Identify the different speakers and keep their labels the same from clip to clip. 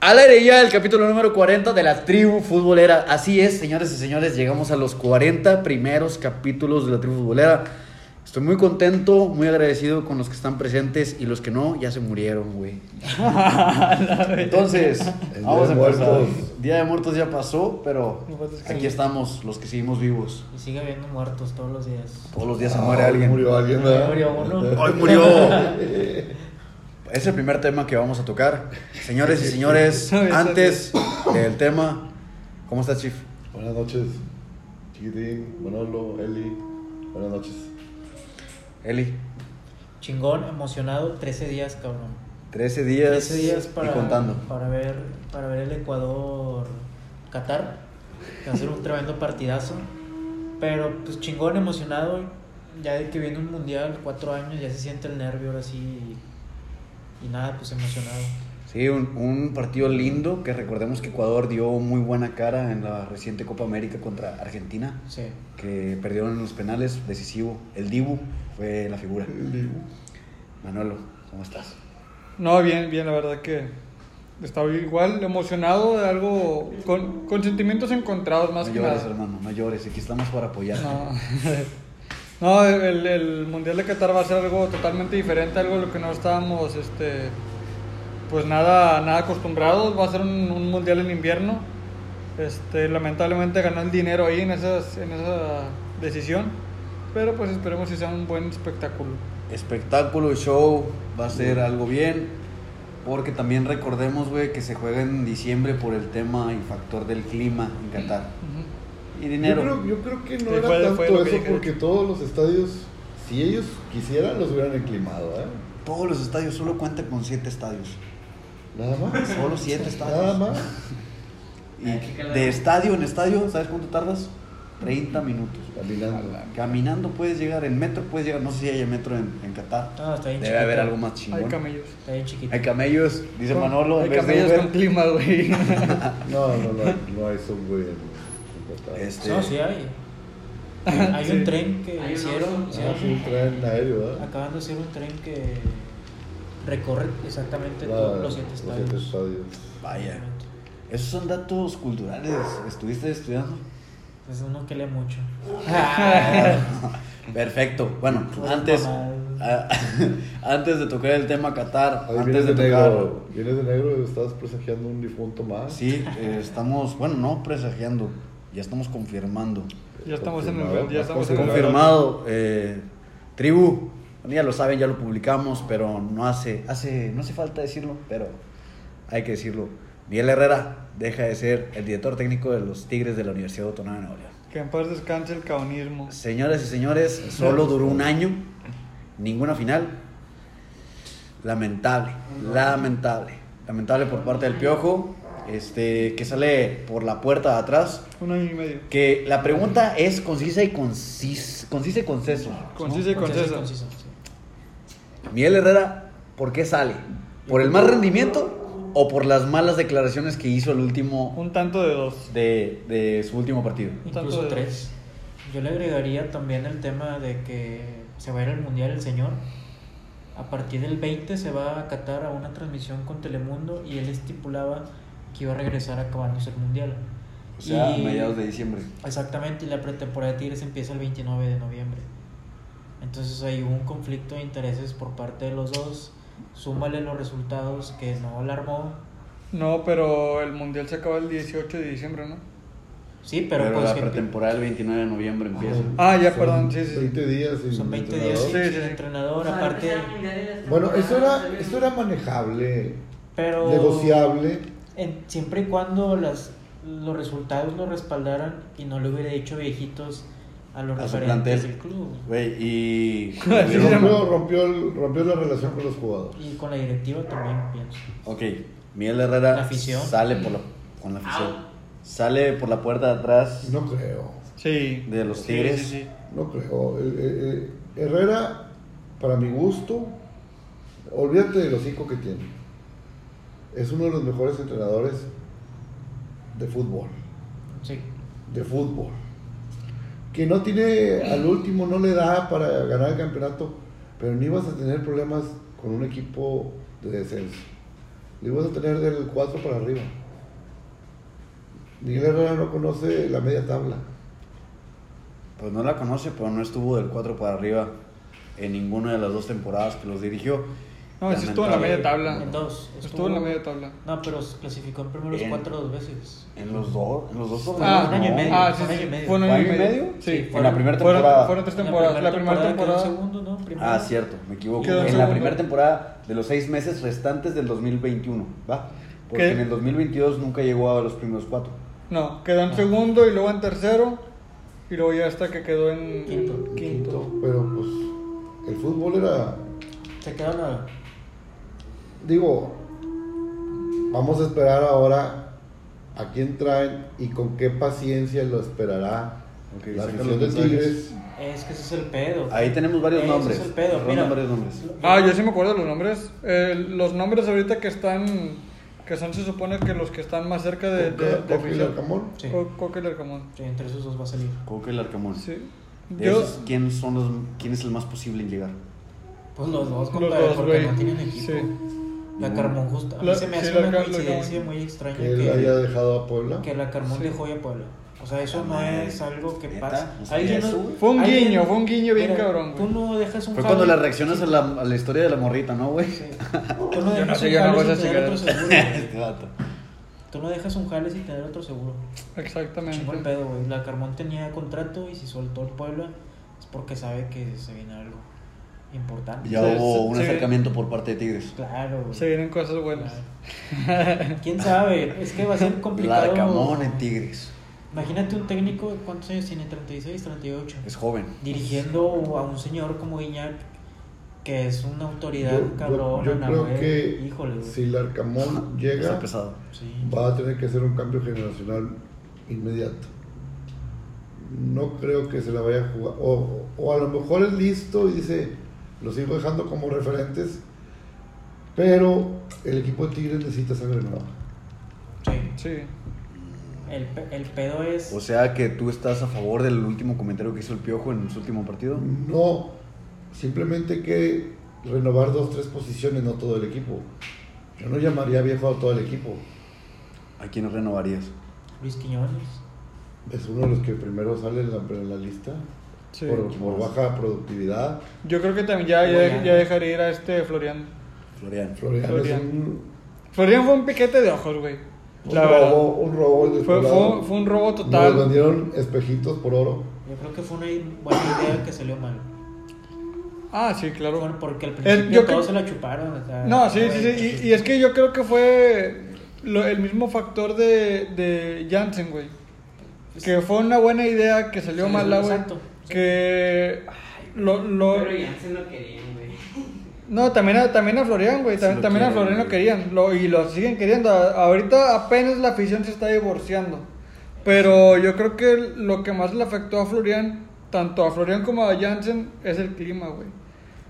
Speaker 1: Al aire ya el capítulo número 40 de la tribu futbolera. Así es, señores y señores, llegamos a los 40 primeros capítulos de la tribu futbolera. Estoy muy contento, muy agradecido con los que están presentes y los que no, ya se murieron, güey. Entonces,
Speaker 2: El
Speaker 1: vamos a empezar.
Speaker 2: Día de Muertos.
Speaker 1: Día de Muertos ya pasó, pero
Speaker 3: Lo que pasa es que
Speaker 1: aquí
Speaker 3: sí.
Speaker 1: estamos, los que seguimos vivos.
Speaker 3: Y sigue habiendo muertos todos los días.
Speaker 1: Todos los días se
Speaker 2: Ah,
Speaker 1: muere alguien.
Speaker 2: Murió alguien, ¿verdad?
Speaker 3: Murió uno.
Speaker 1: ¡Hoy murió! es el primer tema que vamos a tocar. Señores y señores,
Speaker 3: Sabe, sabe.
Speaker 1: antes del tema, ¿cómo estás, Chief?
Speaker 2: Buenas noches, chiquitín, Manolo, Eli. Buenas noches.
Speaker 1: Eli,
Speaker 3: Chingón, emocionado, 13 días, cabrón.
Speaker 1: 13 días,
Speaker 3: 13 días para,
Speaker 1: y contando.
Speaker 3: para ver para ver el Ecuador Qatar. Que va a ser un tremendo partidazo. Pero pues chingón, emocionado. Ya de que viene un mundial, cuatro años, ya se siente el nervio ahora sí. y- y nada, pues emocionado.
Speaker 1: Sí, un, un partido lindo que recordemos que Ecuador dio muy buena cara en la reciente Copa América contra Argentina,
Speaker 3: Sí.
Speaker 1: que perdieron en los penales, decisivo. El Dibu fue la figura. Manolo, ¿cómo estás?
Speaker 4: No, bien, bien, la verdad que estaba igual emocionado de algo con, con sentimientos encontrados más
Speaker 1: no
Speaker 4: que
Speaker 1: llores,
Speaker 4: nada.
Speaker 1: hermano, no llores, aquí estamos para apoyar.
Speaker 4: No, No, el, el Mundial de Qatar va a ser algo totalmente diferente, algo a lo que no estábamos este pues nada, nada acostumbrados, va a ser un, un mundial en invierno. Este, lamentablemente ganó el dinero ahí en esas, en esa decisión, pero pues esperemos que sea un buen espectáculo.
Speaker 1: espectáculo, show, va a ser algo bien. Porque también recordemos, güey, que se juega en diciembre por el tema y factor del clima en Qatar.
Speaker 4: Ujú.
Speaker 1: Y
Speaker 2: Yo
Speaker 1: dinero.
Speaker 2: creo, yo creo que no
Speaker 4: Sí,
Speaker 2: era
Speaker 4: fue-
Speaker 2: tanto
Speaker 4: fue lo que
Speaker 2: eso
Speaker 4: dije.
Speaker 2: porque todos los estadios, si ellos quisieran, los hubieran enclimado, ¿eh?
Speaker 1: Todos los estadios, solo cuenta con siete estadios.
Speaker 2: Nada más.
Speaker 1: Solo siete estadios.
Speaker 2: Nada más.
Speaker 1: Y de estadio en estadio, ¿sabes cuánto tardas? 30 minutos.
Speaker 2: Caminando.
Speaker 1: Caminando puedes llegar, en metro puedes llegar, no sé si haya metro en, en Qatar.
Speaker 3: No, está bien
Speaker 1: Debe
Speaker 3: chiquito.
Speaker 1: haber algo más
Speaker 4: Hay
Speaker 1: chingón.
Speaker 4: camellos.
Speaker 3: Está bien chiquito.
Speaker 1: Hay camellos, dice
Speaker 4: Con-
Speaker 1: Manolo. en
Speaker 4: Hay
Speaker 1: vez de
Speaker 4: camellos
Speaker 1: Uber.
Speaker 4: con clima, güey.
Speaker 2: No, no, no, no hay subway en en Qatar.
Speaker 1: Este,
Speaker 3: No, sí hay. Hay un tren que
Speaker 5: Hay un
Speaker 3: hicieron,
Speaker 5: oso.
Speaker 2: Ah,
Speaker 3: hicieron-
Speaker 2: sí, un tren aéreo, ¿verdad?
Speaker 3: acaban de hacer un tren que recorre exactamente
Speaker 2: La-
Speaker 3: todos los siete estadios.
Speaker 4: Ah,
Speaker 1: Vaya. Esos son datos culturales. ¿Estuviste estudiando?
Speaker 3: Es uno que lee mucho.
Speaker 1: Perfecto. Bueno,
Speaker 3: Pues,
Speaker 1: antes,
Speaker 3: mamá.
Speaker 1: a- antes de tocar el tema Qatar,
Speaker 2: Ahí
Speaker 1: antes
Speaker 2: vienes
Speaker 1: de
Speaker 2: de
Speaker 1: tocar.
Speaker 2: negro. Vienes de negro y estás presagiando un difunto más.
Speaker 1: Sí, eh, estamos, bueno, no presagiando, ya estamos confirmando.
Speaker 4: Ya estamos en
Speaker 2: Confirmado,
Speaker 4: el ya estamos en el-
Speaker 1: Confirmado, eh, tribu. Bueno, ya lo saben, ya lo publicamos, pero no hace, hace, no hace falta decirlo, pero hay que decirlo. Miguel Herrera deja de ser el director técnico de los Tigres de la Universidad Autónoma de Nuevo León.
Speaker 4: Que en paz descanse el caonismo.
Speaker 1: Señoras y señores, solo duró un año, ninguna final. Lamentable, lamentable, lamentable por parte del Piojo, este, que sale por la puerta de atrás.
Speaker 4: Un año y medio.
Speaker 1: Que la pregunta es concisa y concis, concisa y conceso.
Speaker 4: Concisa
Speaker 3: Conciso y
Speaker 4: y concesa.
Speaker 3: conciso, sí.
Speaker 1: Miguel Herrera, ¿por qué sale? ¿Por el mal rendimiento o por las malas declaraciones que hizo el último
Speaker 4: Un tanto de dos.
Speaker 1: de, de su último partido?
Speaker 4: Un tanto
Speaker 3: Incluso
Speaker 4: de-
Speaker 3: tres. Yo le agregaría también el tema de que se va a ir al mundial el señor. A partir del 20 se va a Qatar a una transmisión con Telemundo y él estipulaba que iba a regresar acabándose el mundial.
Speaker 1: O sea, a
Speaker 3: Y-
Speaker 1: mediados de diciembre.
Speaker 3: Exactamente, y la pretemporada de Tigres empieza el 29 de noviembre. Entonces ahí hubo un conflicto de intereses por parte de los dos. Súmale los resultados que no alarmó.
Speaker 4: No, pero el mundial se acaba el 18 de diciembre, ¿no?
Speaker 3: Sí, pero,
Speaker 1: Pero,
Speaker 3: pues
Speaker 1: la
Speaker 3: que-
Speaker 1: pretemporada el 29 de noviembre empieza.
Speaker 4: Ah, ya,
Speaker 2: Son
Speaker 4: perdón, sí, sí, sí.
Speaker 2: 20 días sin
Speaker 3: son 20 días
Speaker 2: entrenador.
Speaker 3: sin
Speaker 4: Sí, sí, sí.
Speaker 3: entrenador, aparte.
Speaker 2: Bueno, eso era, eso era manejable,
Speaker 3: Pero
Speaker 2: negociable.
Speaker 3: en- siempre y cuando las, los resultados lo respaldaran y no le hubiera hecho viejitos a los
Speaker 1: A su
Speaker 3: referentes
Speaker 1: plantel.
Speaker 3: del club.
Speaker 1: Güey, y.
Speaker 2: Y rompió, rompió, el- rompió la relación con los jugadores.
Speaker 3: Y con la directiva también pienso.
Speaker 1: ok, Miguel Herrera
Speaker 3: La afición.
Speaker 1: sale por la, con la afición.
Speaker 5: Ah.
Speaker 1: Sale por la puerta de atrás
Speaker 2: No creo,
Speaker 4: Sí.
Speaker 1: de los
Speaker 4: Sí,
Speaker 1: Tigres.
Speaker 4: sí, sí.
Speaker 2: no creo. Eh, eh, eh, Herrera, para mi gusto, olvídate de los cinco que tiene. Es uno de los mejores entrenadores de fútbol.
Speaker 3: Sí.
Speaker 2: de fútbol. Que no tiene, al último no le da para ganar el campeonato, pero no ibas a tener problemas con un equipo de descenso. Le vas a tener del 4 para arriba. Miguel Herrera no conoce la media tabla.
Speaker 1: Pues no la conoce, pero no estuvo del 4 para arriba en ninguna de las dos temporadas que los dirigió.
Speaker 4: No, sí estuvo en la media tabla.
Speaker 3: En dos.
Speaker 4: Estuvo, en la media tabla.
Speaker 3: No, pero se clasificó en primeros
Speaker 1: En-
Speaker 3: cuatro dos veces.
Speaker 1: En los dos, en los dos torneos,
Speaker 4: Ah,
Speaker 3: un año y
Speaker 1: no.
Speaker 3: medio.
Speaker 4: ah, sí,
Speaker 3: un año y
Speaker 4: sí,
Speaker 3: medio.
Speaker 4: fue un año y medio.
Speaker 1: Sí,
Speaker 4: Sí,
Speaker 1: en la primera
Speaker 4: fueron-
Speaker 1: temporada.
Speaker 4: Fueron tres temporadas. La primera
Speaker 3: quedó
Speaker 4: temporada.
Speaker 3: en segundo, ¿no? Primero.
Speaker 1: Ah, cierto, me equivoco.
Speaker 4: Quedó
Speaker 1: En
Speaker 4: en
Speaker 1: la
Speaker 4: segundo.
Speaker 1: primera temporada de los seis meses restantes del 2021, ¿va? Porque
Speaker 4: ¿Qué?
Speaker 1: en el 2022 nunca llegó a los primeros cuatro.
Speaker 4: No, quedó
Speaker 3: Ah.
Speaker 4: en segundo y luego en tercero. Y luego ya hasta que quedó en
Speaker 3: Quinto.
Speaker 4: quinto.
Speaker 2: Pero pues el fútbol era,
Speaker 3: Se quedó nada.
Speaker 2: digo, vamos a esperar ahora a quién traen y con qué paciencia lo esperará
Speaker 1: Ok,
Speaker 2: la
Speaker 1: saca
Speaker 2: afición de
Speaker 1: los detalles.
Speaker 2: Tigres.
Speaker 3: Es que ese es el pedo.
Speaker 1: Ahí tenemos varios
Speaker 3: Ese
Speaker 1: nombres.
Speaker 3: Es el pedo.
Speaker 1: Rondan
Speaker 3: Mira,
Speaker 1: varios nombres.
Speaker 4: Ah, yo sí me acuerdo de los nombres. Eh, los nombres ahorita que están. Que son, se supone que los que están más cerca de.
Speaker 2: Coca-
Speaker 4: de, de
Speaker 2: Coca y
Speaker 4: oficial.
Speaker 2: Larcamón.
Speaker 3: Sí.
Speaker 4: Co- Coca y Larcamón.
Speaker 3: Sí, entre esos dos va a salir.
Speaker 1: Coca y el Arcamón.
Speaker 4: Sí.
Speaker 1: De
Speaker 4: Yo,
Speaker 1: esos, ¿quién, son los, ¿Quién es el más posible en llegar?
Speaker 3: Pues los dos,
Speaker 4: los
Speaker 3: compadre,
Speaker 4: dos,
Speaker 3: porque
Speaker 4: güey.
Speaker 3: no tienen equipo.
Speaker 4: Sí.
Speaker 3: La Carmón justo. A mí
Speaker 4: La-
Speaker 3: se me
Speaker 4: sí,
Speaker 3: hace
Speaker 4: la
Speaker 3: una
Speaker 4: Car- la
Speaker 3: coincidencia
Speaker 4: Carmón.
Speaker 3: muy extraña
Speaker 2: Que él haya
Speaker 3: que,
Speaker 2: dejado a Puebla.
Speaker 3: que la Carmón
Speaker 4: Sí.
Speaker 3: dejó a Puebla. O sea, eso no
Speaker 1: Ah,
Speaker 3: es algo que
Speaker 1: ¿neta?
Speaker 3: pasa.
Speaker 1: No sabía
Speaker 3: Alguien
Speaker 1: eso,
Speaker 3: no-
Speaker 1: güey.
Speaker 4: Fue un
Speaker 3: alguien-
Speaker 4: guiño, fue un guiño bien
Speaker 3: Mira,
Speaker 4: cabrón,
Speaker 3: Tú
Speaker 4: güey.
Speaker 3: no dejas un
Speaker 1: Fue cuando
Speaker 3: jale-
Speaker 1: le reaccionas a la, a la historia de la morrita, ¿no, güey?
Speaker 3: Sí. Tú no dejas
Speaker 4: sé,
Speaker 3: un
Speaker 4: yo no hago
Speaker 3: jale
Speaker 4: esas
Speaker 3: sin tener otro seguro. güey.
Speaker 1: Este dato.
Speaker 3: Tú no dejas un jale sin tener otro seguro. Chingo el
Speaker 4: Exactamente.
Speaker 3: pedo, güey. La Carmón tenía contrato y si soltó el Puebla es porque sabe que se viene algo importante.
Speaker 1: Ya
Speaker 4: Sí,
Speaker 1: hubo
Speaker 4: sí,
Speaker 1: un
Speaker 4: sí.
Speaker 1: acercamiento por parte de Tigres.
Speaker 3: Claro, güey.
Speaker 4: Se vienen cosas buenas.
Speaker 3: ¿Quién sabe? Es que va a ser complicado.
Speaker 1: Larcamón en Tigres.
Speaker 3: Imagínate un técnico, ¿cuántos años tiene? 36, 38.
Speaker 1: Es joven.
Speaker 3: Dirigiendo a un señor como Iñak, que es una autoridad,
Speaker 2: Yo- yo-
Speaker 3: cabrón,
Speaker 2: yo
Speaker 3: en la
Speaker 2: creo
Speaker 3: web.
Speaker 2: que
Speaker 3: Híjole, güey.
Speaker 2: si Larcamón llega,
Speaker 1: Está pesado.
Speaker 3: Sí.
Speaker 2: va a tener que hacer un cambio generacional inmediato. No creo que se la vaya a jugar. O, o a lo mejor es listo y dice, lo sigo dejando como referentes, pero el equipo de Tigres necesita sangre nueva.
Speaker 3: sí.
Speaker 4: Sí.
Speaker 3: El, pe- el pedo es.
Speaker 2: Pues-
Speaker 1: O sea que tú estás a favor del último comentario que hizo el Piojo en su último partido.
Speaker 2: No, simplemente hay que renovar dos, tres posiciones, no todo el equipo. Yo no llamaría viejo a todo el equipo.
Speaker 1: ¿A quién renovarías?
Speaker 3: Luis Quiñones.
Speaker 2: Es uno de los que primero sale en la, en la lista
Speaker 4: Sí.
Speaker 2: por, por baja productividad.
Speaker 4: Yo creo que también ya, ya,
Speaker 3: Florian.
Speaker 4: ya dejaría ir a este Florian.
Speaker 1: Florian.
Speaker 2: Florian,
Speaker 4: Florian.
Speaker 2: es un,
Speaker 4: Florian fue un piquete de ojos, güey.
Speaker 2: un
Speaker 4: La verdad.
Speaker 2: robo, un robo
Speaker 4: Fue,
Speaker 2: descarado.
Speaker 4: fue, fue un robo
Speaker 2: Nos
Speaker 4: total.
Speaker 2: vendieron espejitos por oro.
Speaker 3: Yo creo que fue una buena idea que salió mal.
Speaker 4: Ah, sí, claro.
Speaker 3: Bueno, Porque al
Speaker 4: Eh,
Speaker 3: principio
Speaker 4: yo
Speaker 3: todos
Speaker 4: que-
Speaker 3: se la chuparon. o sea,
Speaker 4: No, sí, sí,
Speaker 3: güey.
Speaker 4: sí. Y, y es que yo creo que fue lo- el mismo factor de, de Jansen, güey. Que fue una buena idea que salió
Speaker 3: Sí,
Speaker 4: mala, güey.
Speaker 3: exacto.
Speaker 4: Que lo, lo-
Speaker 5: Pero ya se lo querían, güey.
Speaker 4: No, también a, también a Florian, güey. También,
Speaker 1: Sí lo
Speaker 4: también a
Speaker 1: quieren,
Speaker 4: Florian lo
Speaker 1: güey.
Speaker 4: querían. lo- y lo siguen queriendo. A- ahorita apenas la afición se está divorciando. Pero yo creo que lo que más le afectó a Florian, tanto a Florian como a Jansen, es el clima, güey.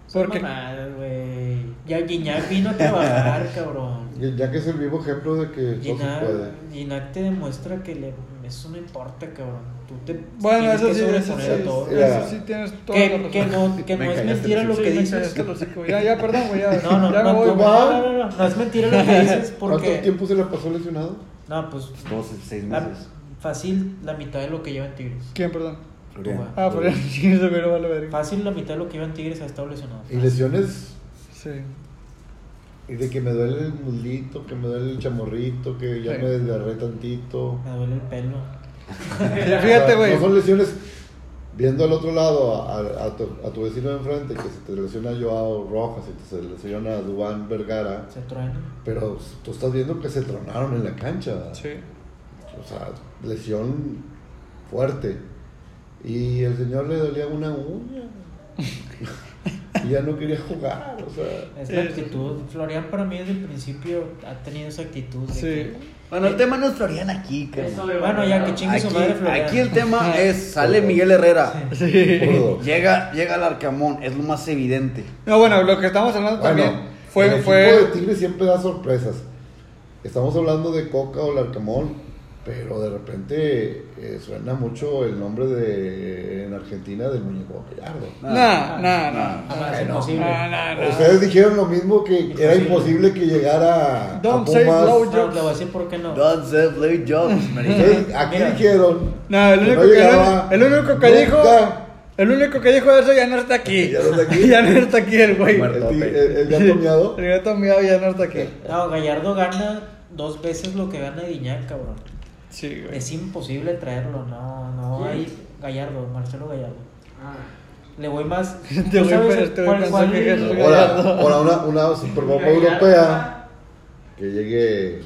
Speaker 3: Son
Speaker 4: Porque
Speaker 3: mamadas, güey. Ya Guiñac vino a trabajar, cabrón.
Speaker 2: Y Ya que es el vivo ejemplo de que todo se puede.
Speaker 3: Ginac te demuestra que le, eso no importa, cabrón. Tú te
Speaker 4: Bueno,
Speaker 3: tienes
Speaker 4: eso
Speaker 3: que
Speaker 4: sí, eso sí,
Speaker 3: sobreponer a todo.
Speaker 2: es-
Speaker 4: eso sí tienes todo
Speaker 3: Que, que no, que
Speaker 1: Me
Speaker 3: no es
Speaker 1: callaste
Speaker 3: mentira
Speaker 1: el
Speaker 3: lo que
Speaker 4: Sí, me
Speaker 3: dices.
Speaker 4: callaste el hocico. Ya, ya, perdón, güey. Ya,
Speaker 3: No, no,
Speaker 4: ya
Speaker 3: no,
Speaker 4: me
Speaker 3: no,
Speaker 4: voy.
Speaker 3: no, no, no, no es mentira lo que dices
Speaker 2: ¿Cuánto
Speaker 3: porque...
Speaker 2: tiempo se la pasó lesionado?
Speaker 3: No, pues
Speaker 1: Dos, seis
Speaker 4: Ah,
Speaker 3: la-
Speaker 1: meses.
Speaker 3: fácil la mitad de lo que llevan Tigres.
Speaker 4: ¿Quién, perdón?
Speaker 1: Florian.
Speaker 4: Ah, Florian. Sí, eso me lo vale verga.
Speaker 3: Fácil la mitad de lo que llevan Tigres ha estado lesionado.
Speaker 2: Y lesiones
Speaker 4: Sí.
Speaker 2: y de que me duele el muslito, que me duele el chamorrito, que ya
Speaker 4: Sí.
Speaker 2: me desgarré tantito.
Speaker 3: Me duele el pelo.
Speaker 4: Fíjate,
Speaker 2: O sea, No son
Speaker 4: güey.
Speaker 2: lesiones viendo al otro lado a, a- a tu, a tu vecino de enfrente que se te lesiona Joao Rojas y te se lesiona Dubán Vergara,
Speaker 3: Se truena.
Speaker 2: pero tú estás viendo que se tronaron en la cancha. ¿verdad?
Speaker 4: Sí.
Speaker 2: O sea, lesión fuerte. Y el señor le dolía una uña. y ya no quería jugar, o sea.
Speaker 3: Es la
Speaker 4: Eh,
Speaker 3: actitud. Florian para mí desde el principio ha tenido esa actitud. de
Speaker 4: Sí.
Speaker 3: que-
Speaker 1: Bueno, el tema no es Florian aquí, carnal.
Speaker 3: Bueno, ya que chingue su
Speaker 1: Aquí,
Speaker 3: madre Florian.
Speaker 1: aquí el tema es, sale Miguel Herrera,
Speaker 2: gordo.
Speaker 1: llega, llega el Arcamón, es lo más evidente.
Speaker 4: No, bueno, lo que estamos hablando también
Speaker 2: el
Speaker 4: fue.
Speaker 2: equipo
Speaker 4: fue...
Speaker 2: de Tigres siempre da sorpresas. Estamos hablando de Coca o Larcamón, Pero de repente eh, suena mucho el nombre de en Argentina del muñeco Gallardo.
Speaker 4: Nah, nah, nah.
Speaker 3: Jamás,
Speaker 2: Ay, no.
Speaker 3: imposible.
Speaker 4: Nah, nah, nah.
Speaker 2: Ustedes dijeron lo mismo que era imposible que llegara a
Speaker 4: Don't say
Speaker 2: Pumas.
Speaker 4: no,
Speaker 3: No, te voy a decir por qué no.
Speaker 1: Don't say blue jokes, marica.
Speaker 2: Ustedes aquí
Speaker 3: Mira.
Speaker 2: dijeron.
Speaker 4: No, el
Speaker 2: que
Speaker 4: único,
Speaker 2: no
Speaker 4: que,
Speaker 2: llegaba
Speaker 4: el, el único que dijo.
Speaker 2: nunca
Speaker 4: El único que dijo eso ya no está aquí.
Speaker 2: Ya no está aquí.
Speaker 4: Ya no está aquí el güey.
Speaker 1: Muerto.
Speaker 2: El, ti- el- el gato miado.
Speaker 4: El gato miado ya no está aquí.
Speaker 3: No, Gallardo gana dos veces lo que gana Guiñac, cabrón.
Speaker 4: Sí, güey.
Speaker 3: Es imposible traerlo, no, no
Speaker 5: ¿Quién?
Speaker 3: hay Gallardo, Marcelo Gallardo.
Speaker 5: Ah,
Speaker 3: Le voy más.
Speaker 4: Te
Speaker 3: ¿tú
Speaker 4: voy a
Speaker 3: sabes
Speaker 4: pensar- te voy a
Speaker 3: cuál-
Speaker 4: pensar
Speaker 3: cuál-
Speaker 4: que Jesús Gallardo.
Speaker 2: Ahora, ahora una, una Super Bowl europea que llegue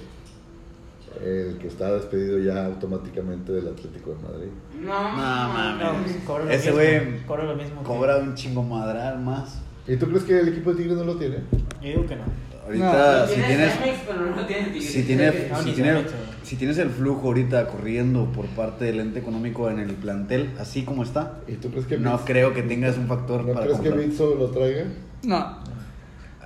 Speaker 2: el que está despedido ya automáticamente del Atlético de Madrid.
Speaker 5: No,
Speaker 1: No
Speaker 3: No, pues,
Speaker 1: mames.
Speaker 3: cobra lo
Speaker 1: Ese
Speaker 3: mismo,
Speaker 1: güey
Speaker 3: cobra lo mismo. que-
Speaker 1: Cobra un chingo madral más.
Speaker 2: ¿Y tú crees que el equipo de Tigres no lo tiene?
Speaker 3: Yo digo que no.
Speaker 1: Ahorita,
Speaker 5: Lo
Speaker 1: si
Speaker 5: tiene
Speaker 1: tienes.
Speaker 5: Cemex, pero no lo tiene Tigres.
Speaker 1: Si tienes,
Speaker 3: No,
Speaker 1: si,
Speaker 3: ni
Speaker 1: tienes,
Speaker 3: Cemex, güey.
Speaker 1: si tienes el flujo ahorita corriendo por parte del ente económico en el plantel, así como está,
Speaker 2: ¿Y tú crees que
Speaker 1: no
Speaker 2: Bits-
Speaker 1: creo que tengas un factor
Speaker 2: ¿no
Speaker 1: para
Speaker 2: crees que
Speaker 1: comprar.
Speaker 2: Bitso lo traiga?
Speaker 4: No,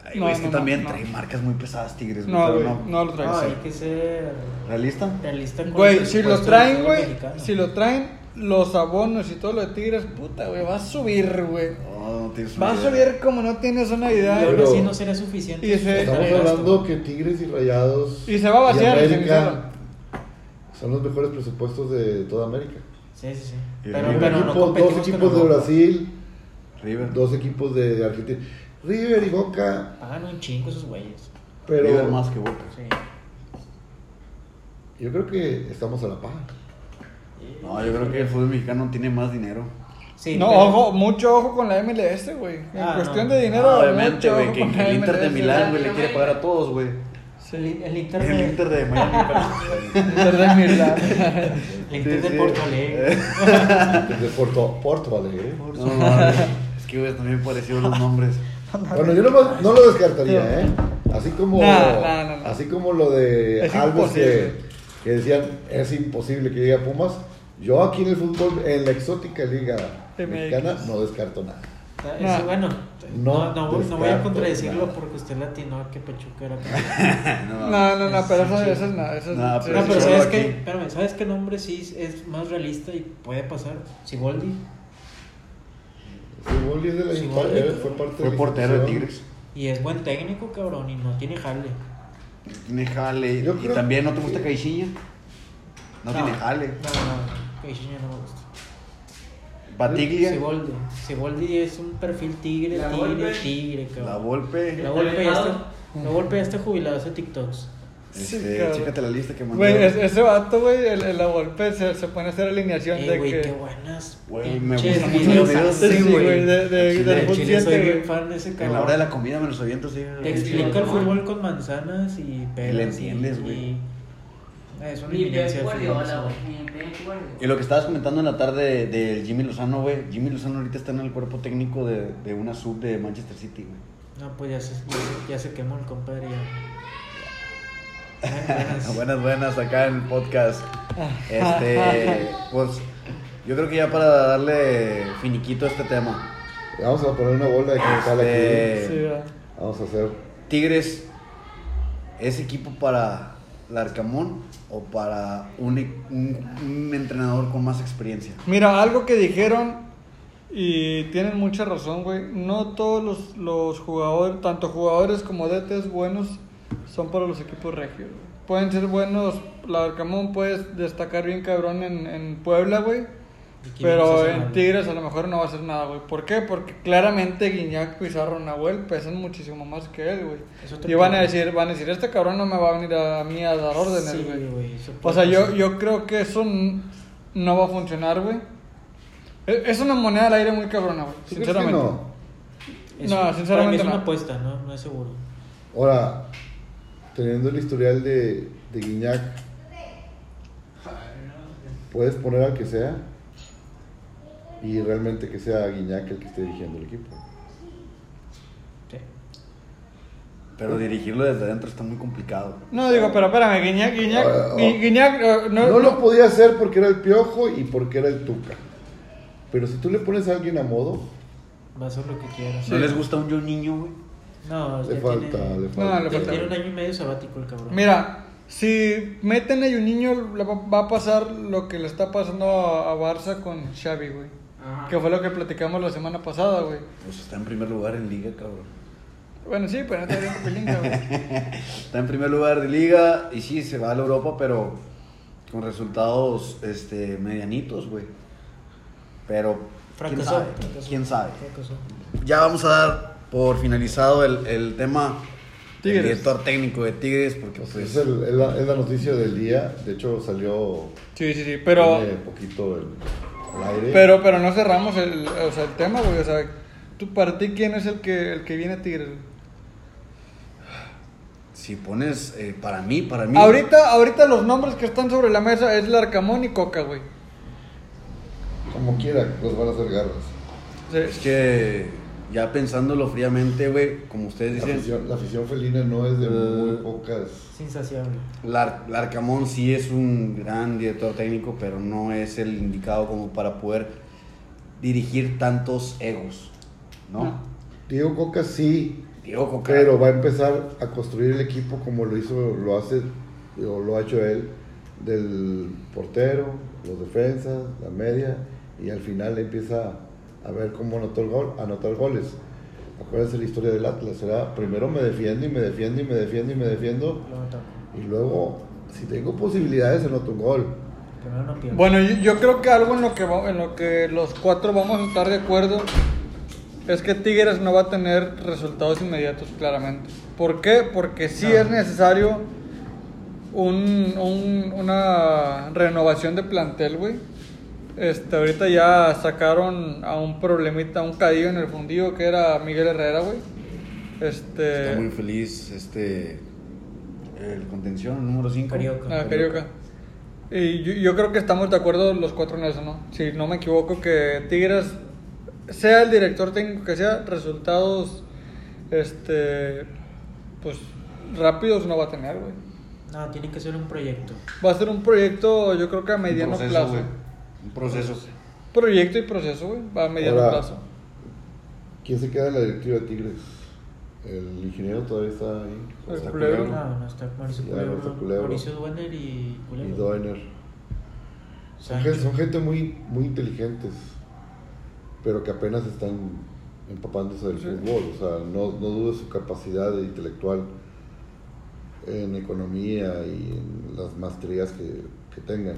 Speaker 1: Ay, güey,
Speaker 4: No,
Speaker 1: es que
Speaker 4: no, no,
Speaker 1: también
Speaker 4: no.
Speaker 1: trae marcas muy pesadas Tigres, güey,
Speaker 4: no,
Speaker 1: pero
Speaker 4: güey.
Speaker 1: no.
Speaker 4: No lo traes.
Speaker 3: No, hay que ser
Speaker 1: ¿Realista?
Speaker 3: realista con
Speaker 4: Güey,
Speaker 3: el
Speaker 4: si lo
Speaker 3: presupuesto
Speaker 4: traen,
Speaker 3: del
Speaker 4: güey.
Speaker 3: mexicano.
Speaker 4: Si lo traen, los abonos y todo lo de Tigres, puta, güey. Va a subir, güey.
Speaker 1: No, no tienes
Speaker 4: Va a
Speaker 1: una idea.
Speaker 4: subir como no tienes una
Speaker 3: Y
Speaker 4: idea.
Speaker 3: aún
Speaker 2: Pero-
Speaker 3: así no será suficiente.
Speaker 4: Y ese-
Speaker 3: Está
Speaker 2: Estamos
Speaker 3: bien,
Speaker 2: hablando
Speaker 3: gasto.
Speaker 2: que Tigres y Rayados
Speaker 4: Y se va a vaciar el
Speaker 2: América
Speaker 4: cenicero.
Speaker 2: son los mejores presupuestos de toda América.
Speaker 3: Sí, sí, sí.
Speaker 1: Y
Speaker 3: Pero,
Speaker 1: un
Speaker 3: pero no
Speaker 2: Equipo-
Speaker 3: competimos
Speaker 2: dos
Speaker 3: con
Speaker 2: equipos de
Speaker 3: Europa.
Speaker 2: Brasil,
Speaker 1: River.
Speaker 2: dos equipos de Argentina. River y Boca,
Speaker 3: Pagan un chingo esos güeyes.
Speaker 2: pero
Speaker 1: River más que Boca.
Speaker 3: Sí.
Speaker 2: yo creo que estamos a la par.
Speaker 1: No, yo creo que el fútbol mexicano tiene más dinero.
Speaker 3: Sí,
Speaker 4: no,
Speaker 3: pero-
Speaker 4: ojo, mucho ojo con la MLS, güey. En
Speaker 3: Ah,
Speaker 4: cuestión
Speaker 3: no.
Speaker 4: de dinero,
Speaker 1: Ah, obviamente,
Speaker 4: mucho
Speaker 1: güey,
Speaker 4: ojo
Speaker 1: que,
Speaker 4: con
Speaker 1: que
Speaker 4: la
Speaker 1: el Inter de
Speaker 4: MLS,
Speaker 1: Milán,
Speaker 4: güey.
Speaker 1: güey, le quiere pagar a todos, güey.
Speaker 3: El, el Inter
Speaker 1: El
Speaker 3: de-
Speaker 1: Inter de Miami, pero-
Speaker 4: Inter de Milán.
Speaker 3: el Inter
Speaker 1: Sí,
Speaker 3: de
Speaker 1: sí.
Speaker 3: Porto Alegre.
Speaker 2: Desde Porto, Porto ¿eh? Alegre.
Speaker 1: No, mames. es que, güey, también parecieron los nombres.
Speaker 2: Bueno, yo no, lo- no lo descartaría, ¿eh? Así como,
Speaker 4: No, no, no, no.
Speaker 2: Así como lo de
Speaker 4: Es
Speaker 2: Alves que,
Speaker 4: imposible.
Speaker 2: que decían es imposible que llegue a Pumas. Yo aquí en el fútbol, en la exótica liga
Speaker 4: MX.
Speaker 2: mexicana, no descarto nada.
Speaker 3: Eso,
Speaker 4: Nah.
Speaker 3: bueno,
Speaker 2: No
Speaker 3: no, no, voy- no voy a
Speaker 2: descarto
Speaker 3: contradecirlo
Speaker 2: nada.
Speaker 3: porque usted latino a que Pachuca era.
Speaker 4: No, no, no, pero eso,
Speaker 3: Sí.
Speaker 4: eso es nada. Eso es,
Speaker 1: No,
Speaker 4: sí,
Speaker 1: pero
Speaker 3: No, pero
Speaker 4: sí, sí.
Speaker 1: solo
Speaker 3: ¿sabes
Speaker 1: aquí.
Speaker 3: qué? Espérame, ¿sabes qué nombre sí es más realista y puede pasar? Siboldi.
Speaker 2: Siboldi es de la
Speaker 3: Siboldi,
Speaker 2: impar-
Speaker 3: claro.
Speaker 2: eh, fue parte
Speaker 1: Fue
Speaker 2: la
Speaker 1: portero de
Speaker 2: institución.
Speaker 1: Tigres.
Speaker 3: Y es buen técnico, cabrón, y no tiene jale.
Speaker 1: Tiene jale.
Speaker 2: Yo
Speaker 1: y
Speaker 2: creo
Speaker 1: también no te
Speaker 2: que-
Speaker 1: gusta Caixinha. No, tiene jale.
Speaker 3: No, no, Caixinha no me gusta.
Speaker 1: Batiglia.
Speaker 3: Siboldi. Siboldi es un perfil tigre,
Speaker 5: La
Speaker 3: tigre,
Speaker 5: Volpe.
Speaker 3: tigre,
Speaker 1: La
Speaker 3: cabrón.
Speaker 1: Volpe.
Speaker 3: La golpe ya está.
Speaker 5: Leonardo.
Speaker 3: La golpe ya está jubilado hace TikToks.
Speaker 1: Este,
Speaker 4: Sí, cabrón.
Speaker 1: chécate la lista que mandó.
Speaker 4: Güey, es- ese vato, güey, el, el la golpe se, se pone a hacer alineación
Speaker 3: Ey,
Speaker 4: de
Speaker 3: Eh, güey,
Speaker 4: que.
Speaker 3: qué buenas.
Speaker 1: Güey, me
Speaker 3: pinches
Speaker 1: gustan mucho
Speaker 3: videos
Speaker 1: los videos.
Speaker 3: hace,
Speaker 4: Sí, güey, de, de,
Speaker 1: Chile,
Speaker 4: del
Speaker 3: Del
Speaker 4: fútbol
Speaker 3: Chile soy
Speaker 4: siete,
Speaker 3: bien
Speaker 4: güey.
Speaker 3: fan de ese
Speaker 1: en
Speaker 3: cabrón.
Speaker 1: la hora de la comida me los aviento así.
Speaker 3: Te explica el fútbol con manzanas y peras.
Speaker 1: le entiendes,
Speaker 3: y-
Speaker 1: güey.
Speaker 3: y- Es una
Speaker 5: Ni Pep
Speaker 3: eminencia del fútbol.
Speaker 5: Guardiola,
Speaker 3: ese
Speaker 5: güey.
Speaker 3: güey.
Speaker 5: Ni Pep Guardiola.
Speaker 1: Y lo que estabas comentando en la tarde del Jimmy Lozano, güey. Jimmy Lozano ahorita está en el cuerpo técnico de, de una sub de Manchester City, güey.
Speaker 3: No, pues ya se, ya se, ya se quemó el compadre. Ya. Ay, buenas.
Speaker 1: Ah, Buenas, buenas, acá en el podcast.
Speaker 4: Ah.
Speaker 1: Este, pues, yo creo que ya para darle finiquito a este tema.
Speaker 2: Vamos a poner una bola de cristal aquí.
Speaker 1: Este,
Speaker 4: Sí, va.
Speaker 2: Vamos a hacer.
Speaker 1: Tigres, ¿es equipo para Larcamón o para un, e- un- un entrenador con más experiencia?
Speaker 4: Mira, algo que dijeron y tienen mucha razón, güey. No todos los, los jugadores, tanto jugadores como DTs buenos, son para los equipos regios. güey. Pueden ser buenos, la Arcamón puede destacar bien cabrón en, en Puebla, güey.
Speaker 3: ¿Y quién hizo
Speaker 4: Pero
Speaker 3: ese
Speaker 4: en
Speaker 3: mal?
Speaker 4: Tigres a lo mejor no va a hacer nada, güey. ¿Por qué? Porque claramente Guiñac, Pizarro, Nahuel pesan muchísimo más que él, güey.
Speaker 3: Eso te
Speaker 4: Y van a
Speaker 3: puedo-
Speaker 4: decir, van a decir, este cabrón no me va a venir a, a mí a dar órdenes,
Speaker 3: Sí,
Speaker 4: güey.
Speaker 3: güey, eso
Speaker 4: O
Speaker 3: puede
Speaker 4: sea, yo,
Speaker 3: pasar.
Speaker 4: yo creo que eso n- no va a funcionar, güey. E- Es una moneda al aire muy cabrona, güey.
Speaker 2: ¿Tú crees que
Speaker 4: Sinceramente.
Speaker 2: no?
Speaker 3: Es-
Speaker 4: no,
Speaker 3: para mí
Speaker 4: sinceramente
Speaker 3: es una
Speaker 4: no.
Speaker 3: apuesta, no, no es seguro.
Speaker 2: Ahora, teniendo el historial de, de Guiñac, puedes poner al que sea y realmente que sea Guiñac el que esté dirigiendo el equipo.
Speaker 3: Sí.
Speaker 1: Pero dirigirlo desde adentro está muy complicado.
Speaker 4: No, digo, pero espérame, Guiñac, Guiñac,
Speaker 2: Ah, ah.
Speaker 4: Gui- Guiñac, eh, no,
Speaker 2: No, lo podía hacer porque era el piojo y porque era el tuca. Pero si tú le pones a alguien a modo,
Speaker 3: Va a ser lo que quiera.
Speaker 1: ¿No les gusta un yo niño, güey?
Speaker 3: No,
Speaker 2: le
Speaker 3: Pues ya
Speaker 2: falta,
Speaker 3: tiene,
Speaker 2: le
Speaker 4: No,
Speaker 2: falta.
Speaker 4: le
Speaker 3: ya
Speaker 4: falta.
Speaker 3: tiene un año y medio sabático el cabrón.
Speaker 4: Mira, Si meten a un niño, le va va a pasar lo que le está pasando a, a Barça con Xavi, güey.
Speaker 5: Ajá.
Speaker 4: Que fue lo que platicamos la semana pasada, güey.
Speaker 1: Pues está en primer lugar en liga, cabrón.
Speaker 4: Bueno, sí, pero no te digo pilinga, güey.
Speaker 1: Está en primer lugar de liga y sí, se va a la Europa, pero con resultados este, medianitos, güey. Pero, ¿quién
Speaker 3: Fracasó,
Speaker 1: sabe?
Speaker 3: fracasó.
Speaker 1: ¿Quién sabe?
Speaker 3: Fracasó.
Speaker 1: Ya vamos a dar por finalizado el, el tema del
Speaker 4: Tigres.
Speaker 1: director técnico de Tigres, porque
Speaker 2: Pues
Speaker 1: pues,
Speaker 2: es, el- es la, es la noticia del día. De hecho, salió
Speaker 4: Sí, sí, sí, pero...
Speaker 2: tiene poquito el, al aire.
Speaker 4: Pero, pero no cerramos el, o sea, el tema, güey. O sea, tú, para ti, ¿quién es el que, el que viene a Tigres? güey?
Speaker 1: si pones eh, para mí, para mí.
Speaker 4: Ahorita, ahorita los nombres que están sobre la mesa es Larcamón y Coca, güey.
Speaker 2: Como quiera, los van a hacer garras.
Speaker 4: O sea,
Speaker 1: Es que ya pensándolo fríamente, güey, como ustedes
Speaker 2: La
Speaker 1: dicen,
Speaker 2: afición, la afición felina no es de muy
Speaker 1: Eh.
Speaker 2: pocas.
Speaker 3: Es insaciable.
Speaker 1: Lar- Larcamón sí es un gran director técnico, pero no es el indicado como para poder dirigir tantos egos, ¿no?
Speaker 4: No.
Speaker 2: Diego Coca sí,
Speaker 1: Diego Coca.
Speaker 2: pero va a empezar a construir el equipo como lo hizo, lo hace, o lo ha hecho él, del portero, los defensas, la media, y al final empieza a ver cómo anotó el gol, anotar goles. Acuérdense la historia del Atlas, era primero me defiendo y me defiendo y me defiendo y me defiendo,
Speaker 3: Lo mató.
Speaker 2: y luego, si tengo posibilidades, anoto un gol.
Speaker 3: Primero no pierde.
Speaker 4: Bueno, yo, yo creo que algo en lo que, va- en lo que los cuatro vamos a estar de acuerdo es que Tigres no va a tener resultados inmediatos, claramente. ¿Por qué? Porque sí
Speaker 3: No.
Speaker 4: es necesario un, un- una renovación de plantel, güey. Este, ahorita ya sacaron a un problemita, a un caído en el fundido que era Miguel Herrera, güey. Este,
Speaker 1: Está muy feliz este. El contención, número 5.
Speaker 3: Carioca.
Speaker 4: Ah, Carioca. Y yo, yo creo que estamos de acuerdo los cuatro en eso, ¿no? Si no me equivoco, que Tigres, sea el director técnico que sea, resultados, este, pues rápidos no va a tener, güey.
Speaker 3: No, tiene que ser un proyecto.
Speaker 4: Va a ser un proyecto, yo creo que a
Speaker 1: Un
Speaker 4: mediano
Speaker 1: proceso,
Speaker 4: plazo.
Speaker 1: güey. Un proceso.
Speaker 4: Proyecto y proceso, güey, va a mediano
Speaker 2: Ahora,
Speaker 4: plazo.
Speaker 2: ¿Quién se queda en la directiva de Tigres? ¿El ingeniero todavía está ahí?
Speaker 4: El
Speaker 2: José
Speaker 4: culebro.
Speaker 2: Culebro.
Speaker 3: No, no está Mauricio
Speaker 2: Ya,
Speaker 3: Culebro.
Speaker 2: Mauricio Culebro.
Speaker 3: Mauricio Duener y
Speaker 2: Y
Speaker 3: Culebro.
Speaker 2: Doiner. Son
Speaker 3: Sánchez.
Speaker 2: gente, son gente muy, muy inteligentes, pero que apenas están empapándose del
Speaker 4: Sí.
Speaker 2: fútbol. O sea, no, no dudo de su capacidad intelectual en economía y en las maestrías que, que tengan.